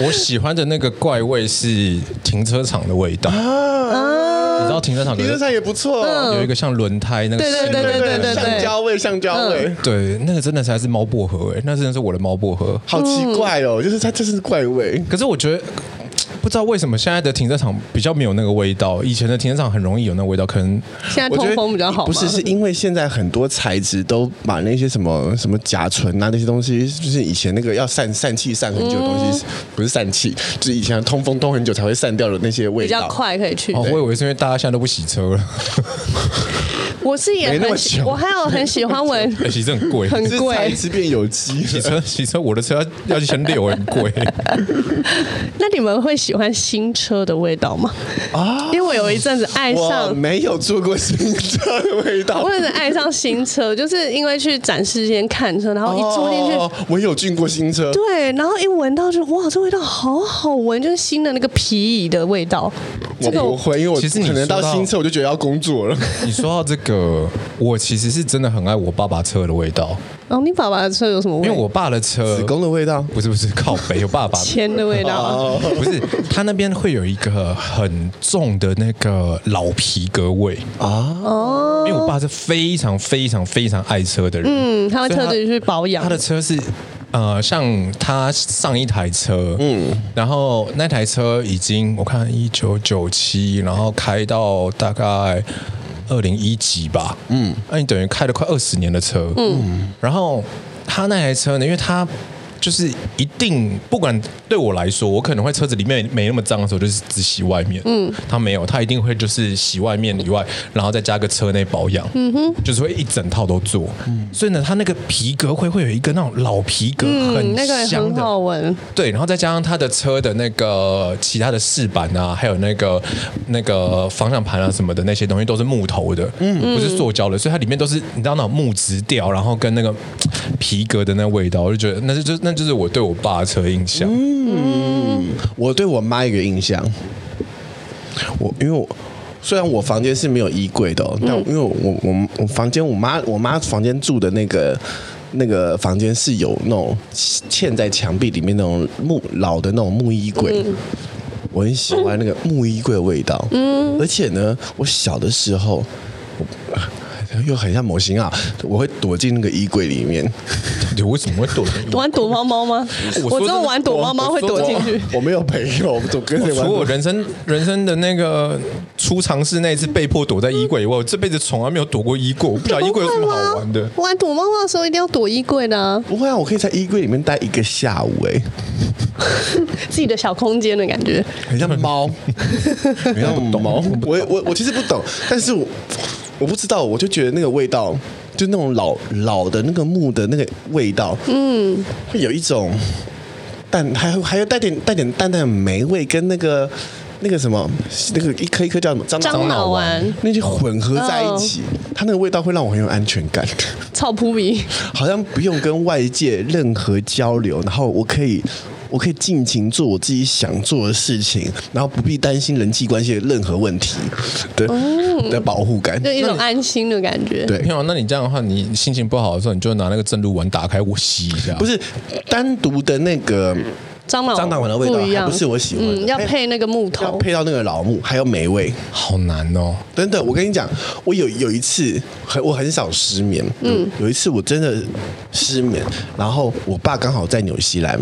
我喜欢的那个怪味是停车场的味道。
啊
你知道停车场有
停车场也不错，哦
有一个像轮胎那个
对对对嗯对对嗯对
橡胶味，橡胶味，
对，那个真的才是猫薄荷哎、那真的是我的猫薄荷。
好
嗯
奇怪哦，就是它就是怪味。
可是我觉得。不知道为什么现在的停车场比较没有那个味道，以前的停车场很容易有那个味道，可能
现在
我觉
通
得
风比较好吗？
不是，是因为现在很多材质都把那些什么什么甲醇啊那些东西，就是以前那个要散散气散很久的东
嗯
西，不是散气，就是以前通风通很久才会散掉的那些味
比
道。
较快可以去。
哦，我以为是因为大家现在都不洗车了，
我是也
没那么
很喜，
久
我还有很喜 欢闻
而且这哎很贵，
很
是
贵
菜吃变有机
洗车洗车，我的车要要去先六，很贵。
那你们会喜欢新车的味道吗？
啊！
因为我有一阵子爱
我
上，
没有做过新车的味道
我。有一阵子爱上新车，就是因为去展示间看车，然后一坐进去，
哦，我有进过新车，
对，然后一闻到就哇，这味道好好闻，就是新的那个皮椅的味道。
我
这个
不会，因为我
其实你
可能
说
到
到
新车我就觉得要工作了。
你说到这个，我其实是真的很爱我爸爸车的味道，
哦，你爸爸的车有什么
因
味？
为我爸的车
子宫的味道，
不是不是靠北，我爸爸
钱的味 道，
哦，
不是他那边会有一个很重的那个老皮革味啊，因为我爸是非常非常非常爱车的人，
嗯，他会特地去保养
他。的车是。呃，像他上一台车，嗯，然后那台车已经我看一九九七，然后开到大概二零一几吧，嗯，那、你等于开了快二十年的车，嗯，然后他那台车呢，因为他就是一定不管对我来说，我可能会车子里面没那么脏的时候，就是只洗外面，嗯，他没有，他一定会就是洗外面以外，然后再加个车内保养，嗯哼，就是会一整套都做，所以呢，他那个皮革会会有一个那种老皮革
嗯，
很
那个
香
很
的，
好闻，
对，然后再加上他的车的那个其他的饰板啊，还有那个那个方向盘啊什么的那些东西都是木头的，嗯，不是塑胶的，所以它里面都是你知道那种木质调，然后跟那个嘖皮革的那味道，我就觉得那就就那就是我对我爸的车的印象。
我对我妈有个印象，我因为我虽然我房间是没有衣柜的、哦，但因为我我我房间我妈我妈房间住的那个。那个房间是有那种嵌在墙壁里面那种木老的那种木衣柜，我很喜欢那个木衣柜的味道。嗯，而且呢，我小的时候，我又很像模型啊，我会躲进那个衣柜里面。
你为什么会躲 在？
玩躲猫猫吗？
我
我
说
只有
真的
玩躲猫猫会躲进去。
我没有朋友，我躲跟谁玩
除了我人生人生的那个出尝试那一次被迫躲在衣柜以外，我这辈子从来没有躲过衣柜，我不知道啊衣柜有什么好玩的。
啊玩躲猫猫的时候一定要躲衣柜的、啊，
不会啊，我可以在衣柜里面待一个下午、欸，哎，
自己的小空间的感觉。
很像猫， 很像猫。我我我其实不懂，但是我我不知道，我就觉得那个味道，就那种老老的那个木的那个味道，嗯，会有一种淡，还有还有带点带点淡淡的霉味，跟那个那个什么，那个一颗一颗叫什么樟
樟脑丸哦
那就混合在一起，它那个味道会让我很有安全感。
草扑鼻，
好像不用跟外界任何交流，然后我可以。我可以尽情做我自己想做的事情，然后不必担心人际关系的任何问题的、的保护感。
就一种安心的感觉。
对
没有，那你这样的话，你心情不好的时候，你就拿那个正露丸打开我吸一下。
不是单独的那个
樟脑
樟脑丸的味道
不一样，
还不是我喜欢的
嗯，要配那个木
要
头，
配到那个老木，还有美味。
好难哦。
等等，我跟你讲，我有有一次很我很少失眠，嗯，有一次我真的失眠，然后我爸刚好在纽西兰，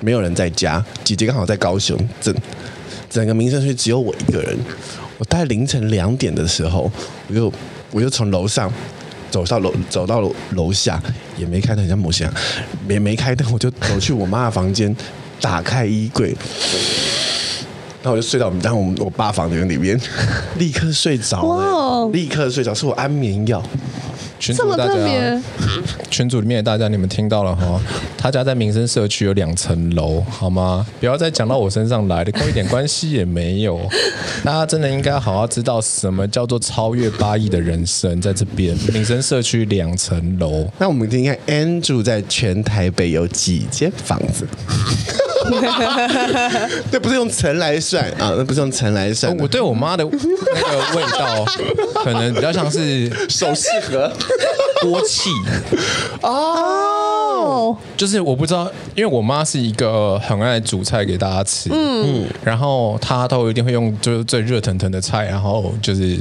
没有人在家，姐姐刚好在高雄，整整个民生区只有我一个人。我大概凌晨两点的时候，我就我就从楼上走到楼走到楼楼下，也没开灯，很像模型啊，也没开灯，我就走去我妈的房间，打开衣柜，然后我就睡到我们，然后我们我爸房间里面，立刻睡着
哇
了
哦，
立刻睡着，是我安眠药。
群
这
主
么
大
特
家
别，
群组里面的大家，你们听到了哈？他家在民生社区有两层楼，好吗？不要再讲到我身上来的，跟我一点关系也 没有。大家真的应该好好知道什么叫做超越八亿的人生，在这边民生社区两层楼。
那我们听听看 Andrew 在全台北有几间房 子？ 那不是用层来算啊，那不是用层来算的。
我对我妈的那个味 道，可能比较像是
手适合
锅气。
哦，
就是我不知道，因为我妈是一个很爱煮菜给大家吃，嗯，然后她都一定会用就是最热腾腾的菜，然后就是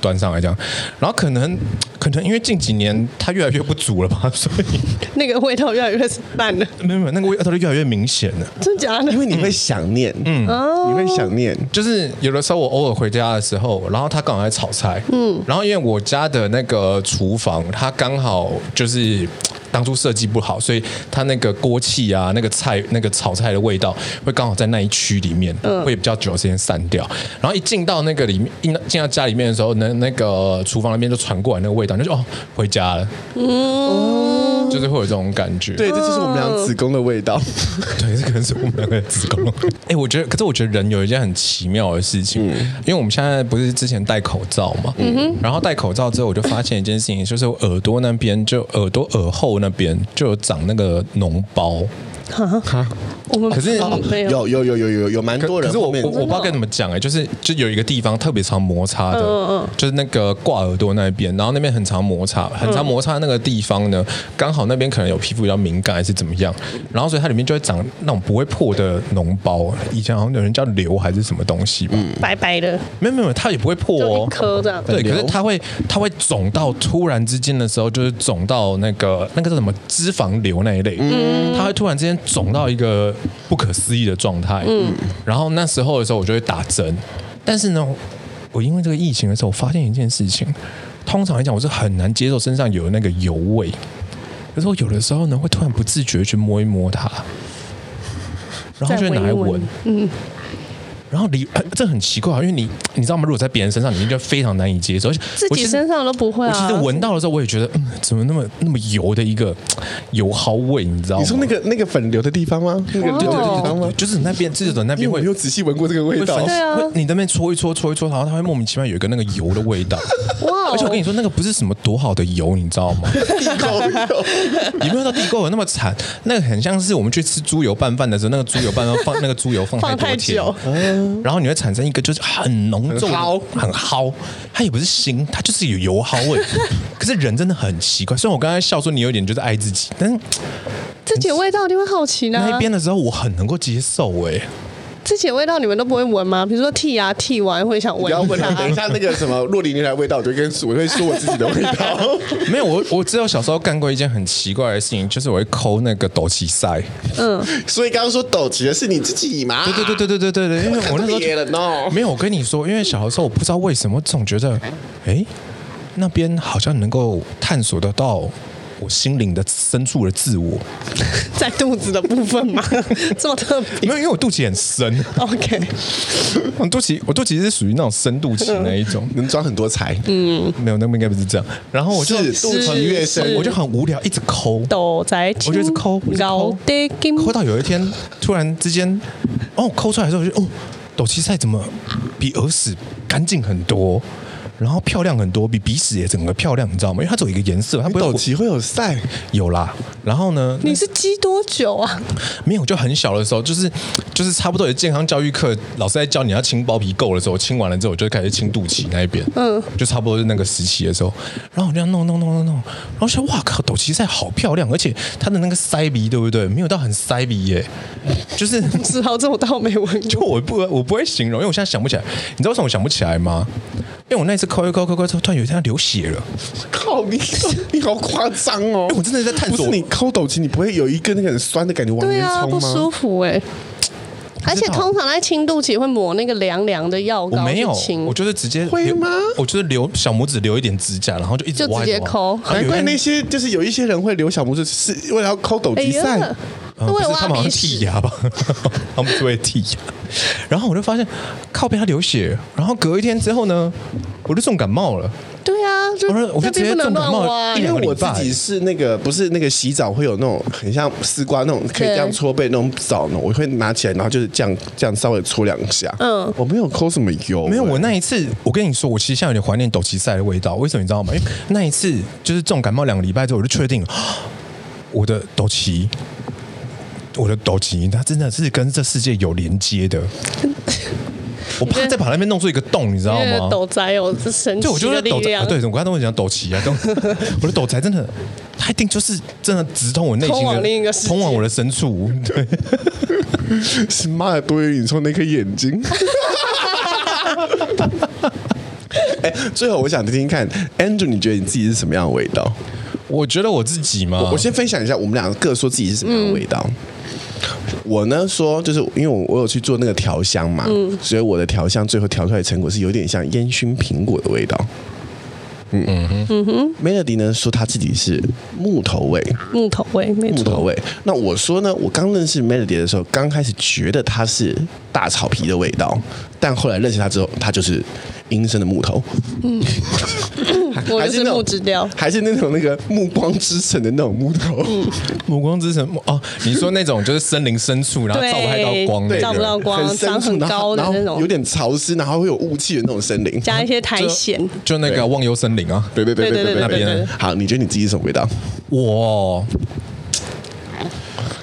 端上来这样，然后可能可能因为近几年她越来越不煮了吧，所以
那个味道越来越淡了，
没有没有那个味道就越来越明显了。
真假的
因？为你会想念，嗯，
哦
你会想念。
就是有的时候我偶尔回家的时候，然后她刚好在炒菜，嗯，然后因为我家的那个厨房，它刚好就是当初设计不好，所以它那个锅气啊，那个菜那个炒菜的味道会刚好在那一区里面，会比较久的时间散掉。然后一进到那个里面，一进到家里面的时候，那那个厨房那边就传过来那个味道，你就觉得哦回家了，嗯，就是会有这种感觉。
对，这就是我们
哦
俩子宫的味道。
对，这可能是我们两个的子宫。 哎、我觉得，可是我觉得人有一件很奇妙的事情，因为我们现在不是之前戴口罩嘛，然后戴口罩之后，我就发现一件事情，就是我耳朵那边就耳朵耳后那边就有长那个脓包。
我们
可是
哦没
有
有
有有有有有蛮
可
多人
可是我
后
我
面，
我不知道该怎么讲哎、就是就有一个地方特别常摩擦的，就是那个挂耳朵那边，然后那边很常摩擦，很常摩擦那个地方呢，刚好那边可能有皮肤比较敏感还是怎么样，然后所以它里面就会长那种不会破的脓包，以前好像有人叫瘤还是什么东西吧，
白白的，
没有没有，它也不会破
就
哦
一。颗这样。
对，
瘤
可是它会，它会肿到突然之间的时候，就是肿到那个那个叫什么脂肪瘤那一类，它会突然之间肿到一个不可思议的状态。
嗯
然后那时候的时候，我就会打针，但是呢，我因为这个疫情的时候，我发现一件事情，通常来讲，我是很难接受身上有那个油味，可是我有的时候呢，会突然不自觉地去摸一摸它，然后就会拿来
再闻一
闻
闻，
嗯。然后离、呃这很奇怪啊，因为你你知道吗？如果在别人身上，你就非常难以接受。而且
自
我其
己
实
身上都不会
我
啊。
其实闻到的时候，我也觉得，嗯，怎么那么那么油的一个油耗味，你知道吗？
你说那个那个粉瘤的地方吗？那个
哦
瘤的地方
对
吗
对，？就是那边，就是那边
因为
会
我有仔细闻过这个味
会
道
反，
对啊
会你在那边搓一搓，搓一搓，然后它会莫名其妙有一个那个油的味道。
哇哦，
而且我跟你说，那个不是什么多好的油，你知道吗？
地沟油
你没有到地沟油那么惨，那个很像是我们去吃猪油拌饭的时候，那个猪油拌 饭放那个猪油放
放
多
太
甜
久，
然后你会产生一个就是很浓重的、
很蒿
很蒿，它也不是腥，它就是有油蒿 味。可是人真的很奇怪，虽然我刚才笑说你有点就是爱自己，但是
自己的味道你会好奇呢、
那一边的时候我很能够接受哎、
自己的味道你们都不会闻吗？比如说剃牙剃完会想
不
闻
要
一
闻
下
啊，等一下那个什么洛里牛奶味道，我就跟我会说我自己的味 道。
没有，我我只有小时候干过一件很奇怪的事情，就是我会抠那个斗气塞。
所以刚刚说斗旗的是你自己嘛？
对对对对对对对对，因为 我那时候
别人哦，
没有，我跟你说，因为小的时候我不知道为什么，我总觉得，哎，那边好像能够探索得到我心灵的深处的自我。
在肚子的部分吗？ 这么特别
没有，因为我肚脐很深，
？OK，
我肚脐我肚脐是属于那种深肚脐那一种，
能装很多财。嗯，
没有，那么应该不是这样。然后我就是
肚
是
子越深，
我就很无聊，一直抠，
斗在青，
我就一直抠我一直抠
高的金，
抠到有一天突然之间，哦，抠出来的时候我就哦，斗气赛怎么比耳屎干净很多，然后漂亮很多，比鼻屎也整个漂亮，你知道吗？因为它只有一个颜色，它不会
斗旗会有赛，
有啦。然后呢，
你是积多久 啊？
没有，就很小的时候，就是就是差不多有健康教育课，老师在教你要清包皮垢的时候，清完了之后，我就开始清肚脐那一边，嗯，就差不多是那个时期的时候，然后我就这样弄弄弄弄弄，然后想哇靠，斗脐赛好漂亮，而且它的那个腮鼻对不对？没有到很腮鼻耶，就是
只好这我倒没闻
就
过。
我不我不会形容，因为我现在想不起来，你知道为什么我想不起来吗？因为我那一次抠一抠抠抠，突然有一天它流血了，
靠你，你好夸张哦！
哎我真的在探索
不是你抠斗旗，你不会有一个那个很酸的感觉往里
对
面
啊，
冲
不
吗？
舒服哎、而且通常在清肚脐会抹那个凉凉的药
我
膏
没
去
有，
清，
我就是直接
会
留
吗
我就是留小拇指留一点指甲，然后就一直
就
挖
直接
一挖
抠
然后有
难
一
怪
天
那些就是有一些人会留小拇指，是为了要抠斗
哎
旗赛。
呀，
啊
我
不
也
是他
挖
们好像
鼻
剔
屎，
牙吧， 他们就会剔牙。然后我就发现靠背他流血，然后隔一天之后呢，我就重感冒了。
对啊，就
我说我就
那
直接
边不能
重
乱
感冒了
挖
一
因
欸，
两个
为
礼
我自
拜
己是那个不是那个洗澡会有那种很像丝瓜那种可以这样搓背那种澡呢，我会拿起来，然后就是这样这样稍微搓两下。嗯
嗯，
我没有抠什么油，
没有，
哎
我那一次，我跟你说，我其实现在有点怀念斗旗赛的味道。为什么你知道吗？因为那一次就是重感冒两个礼拜之后，我就确定了我的斗旗，我的斗旗，它真的是跟这世界有连接的。我怕再把那边弄出一个洞，你知道
因为
吗？
斗宅有神
对，我
奇
觉
的
得
力
抖仔，
量
啊，对，我刚才跟我讲抖旗啊，抖我的抖才真的，他一定就是真的直通我内心的，
通往另一个世界
通往我的深处。对，
是欸妈的多余，你说那颗眼 睛。哎、最后我想听听看，Andrew，你觉得你自己是什么样的味道？
我觉得我自己嘛，
我先分享一下，我们两个各说自己是什么样的味道。我呢说，就是因为我我有去做那个调香嘛，所以我的调香最后调出来的成果是有点像烟熏苹果的味道。嗯嗯哼，Melody 呢说她自己是木头味，
木头味，没
木头
错，
味。那我说呢，我刚认识 Melody 的时候，刚开始觉得它是大草皮的味道，但后来认识它之后，它就是阴森的木头，
我
还
就是是
那种
木质调。
还是那种那个暮光之城的那种木头。
暮光之城哦，你说那种就是森林深处，然后
对
照不太到光那个，
照不到光
很深
长
处
很
然后
高的
然后
那种
有点潮湿，然后会有雾气的那种森林。
加一些苔
就
藓，
就那个
对
忘忧森林啊。
对对对对
对
对
那边
对，
好，你觉得你自己是什么味道？
我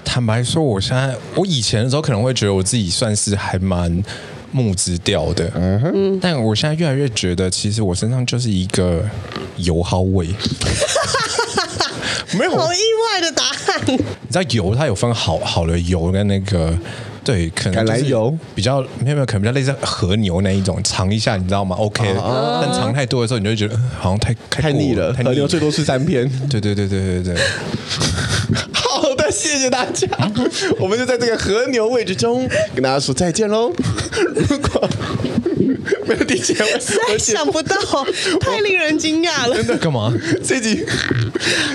坦白说，我现在我以前的时候可能会觉得我自己算是还蛮木质调的，嗯但我现在越来越觉得，其实我身上就是一个油耗 味。没有，
好意外的答 案。
你知道油它有分好好的油跟那个。对，可能就是
橄榄油
比较没有没有，可能比较类似和牛那一种，尝一下你知道吗？OK，但尝太多的时候，你就会觉得呃好像太太
啊太
过
腻了，
太
和牛最
多。
多吃三片。
对对对对 对对，
好的，谢谢大家，我们就在这个和牛位置中跟大家说再见喽。如果没有第结尾，我
太
写
想 不到，太令人惊讶了。
干嘛？
这集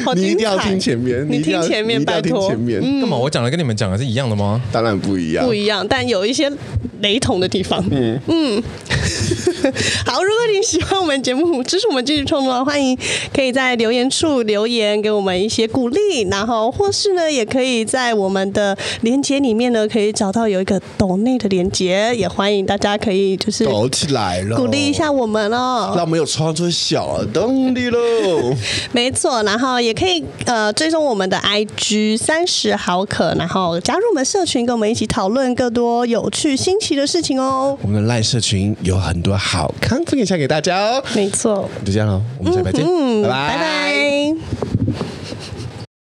好
你一定要
精彩
听前面，
你
一定要
听前面
你一定要
拜托嗯
听前面，
干嘛？我讲的跟你们讲的是一样的吗？
当然不一样
不。一样，但有一些雷同的地方。嗯 好，如果你喜欢我们节目，支持我们继续创作，欢迎可以在留言处留言给我们一些鼓励，然后或是呢，也可以在我们的连接里面呢，可以找到有一个抖内的连接，也欢迎大家可以就是
搞起来了，
鼓励一下，我们哦。
让我们有创作小动力喽。
没错，然后也可以呃追踪我们的 IG 三十毫可，然后加入我们社群，跟我们一起讨论更多有趣新奇的事情哦。
我们的赖社群有很多好康分享给大家哦。
没错，
就这样喽，我们下礼拜见，
嗯，
拜
拜拜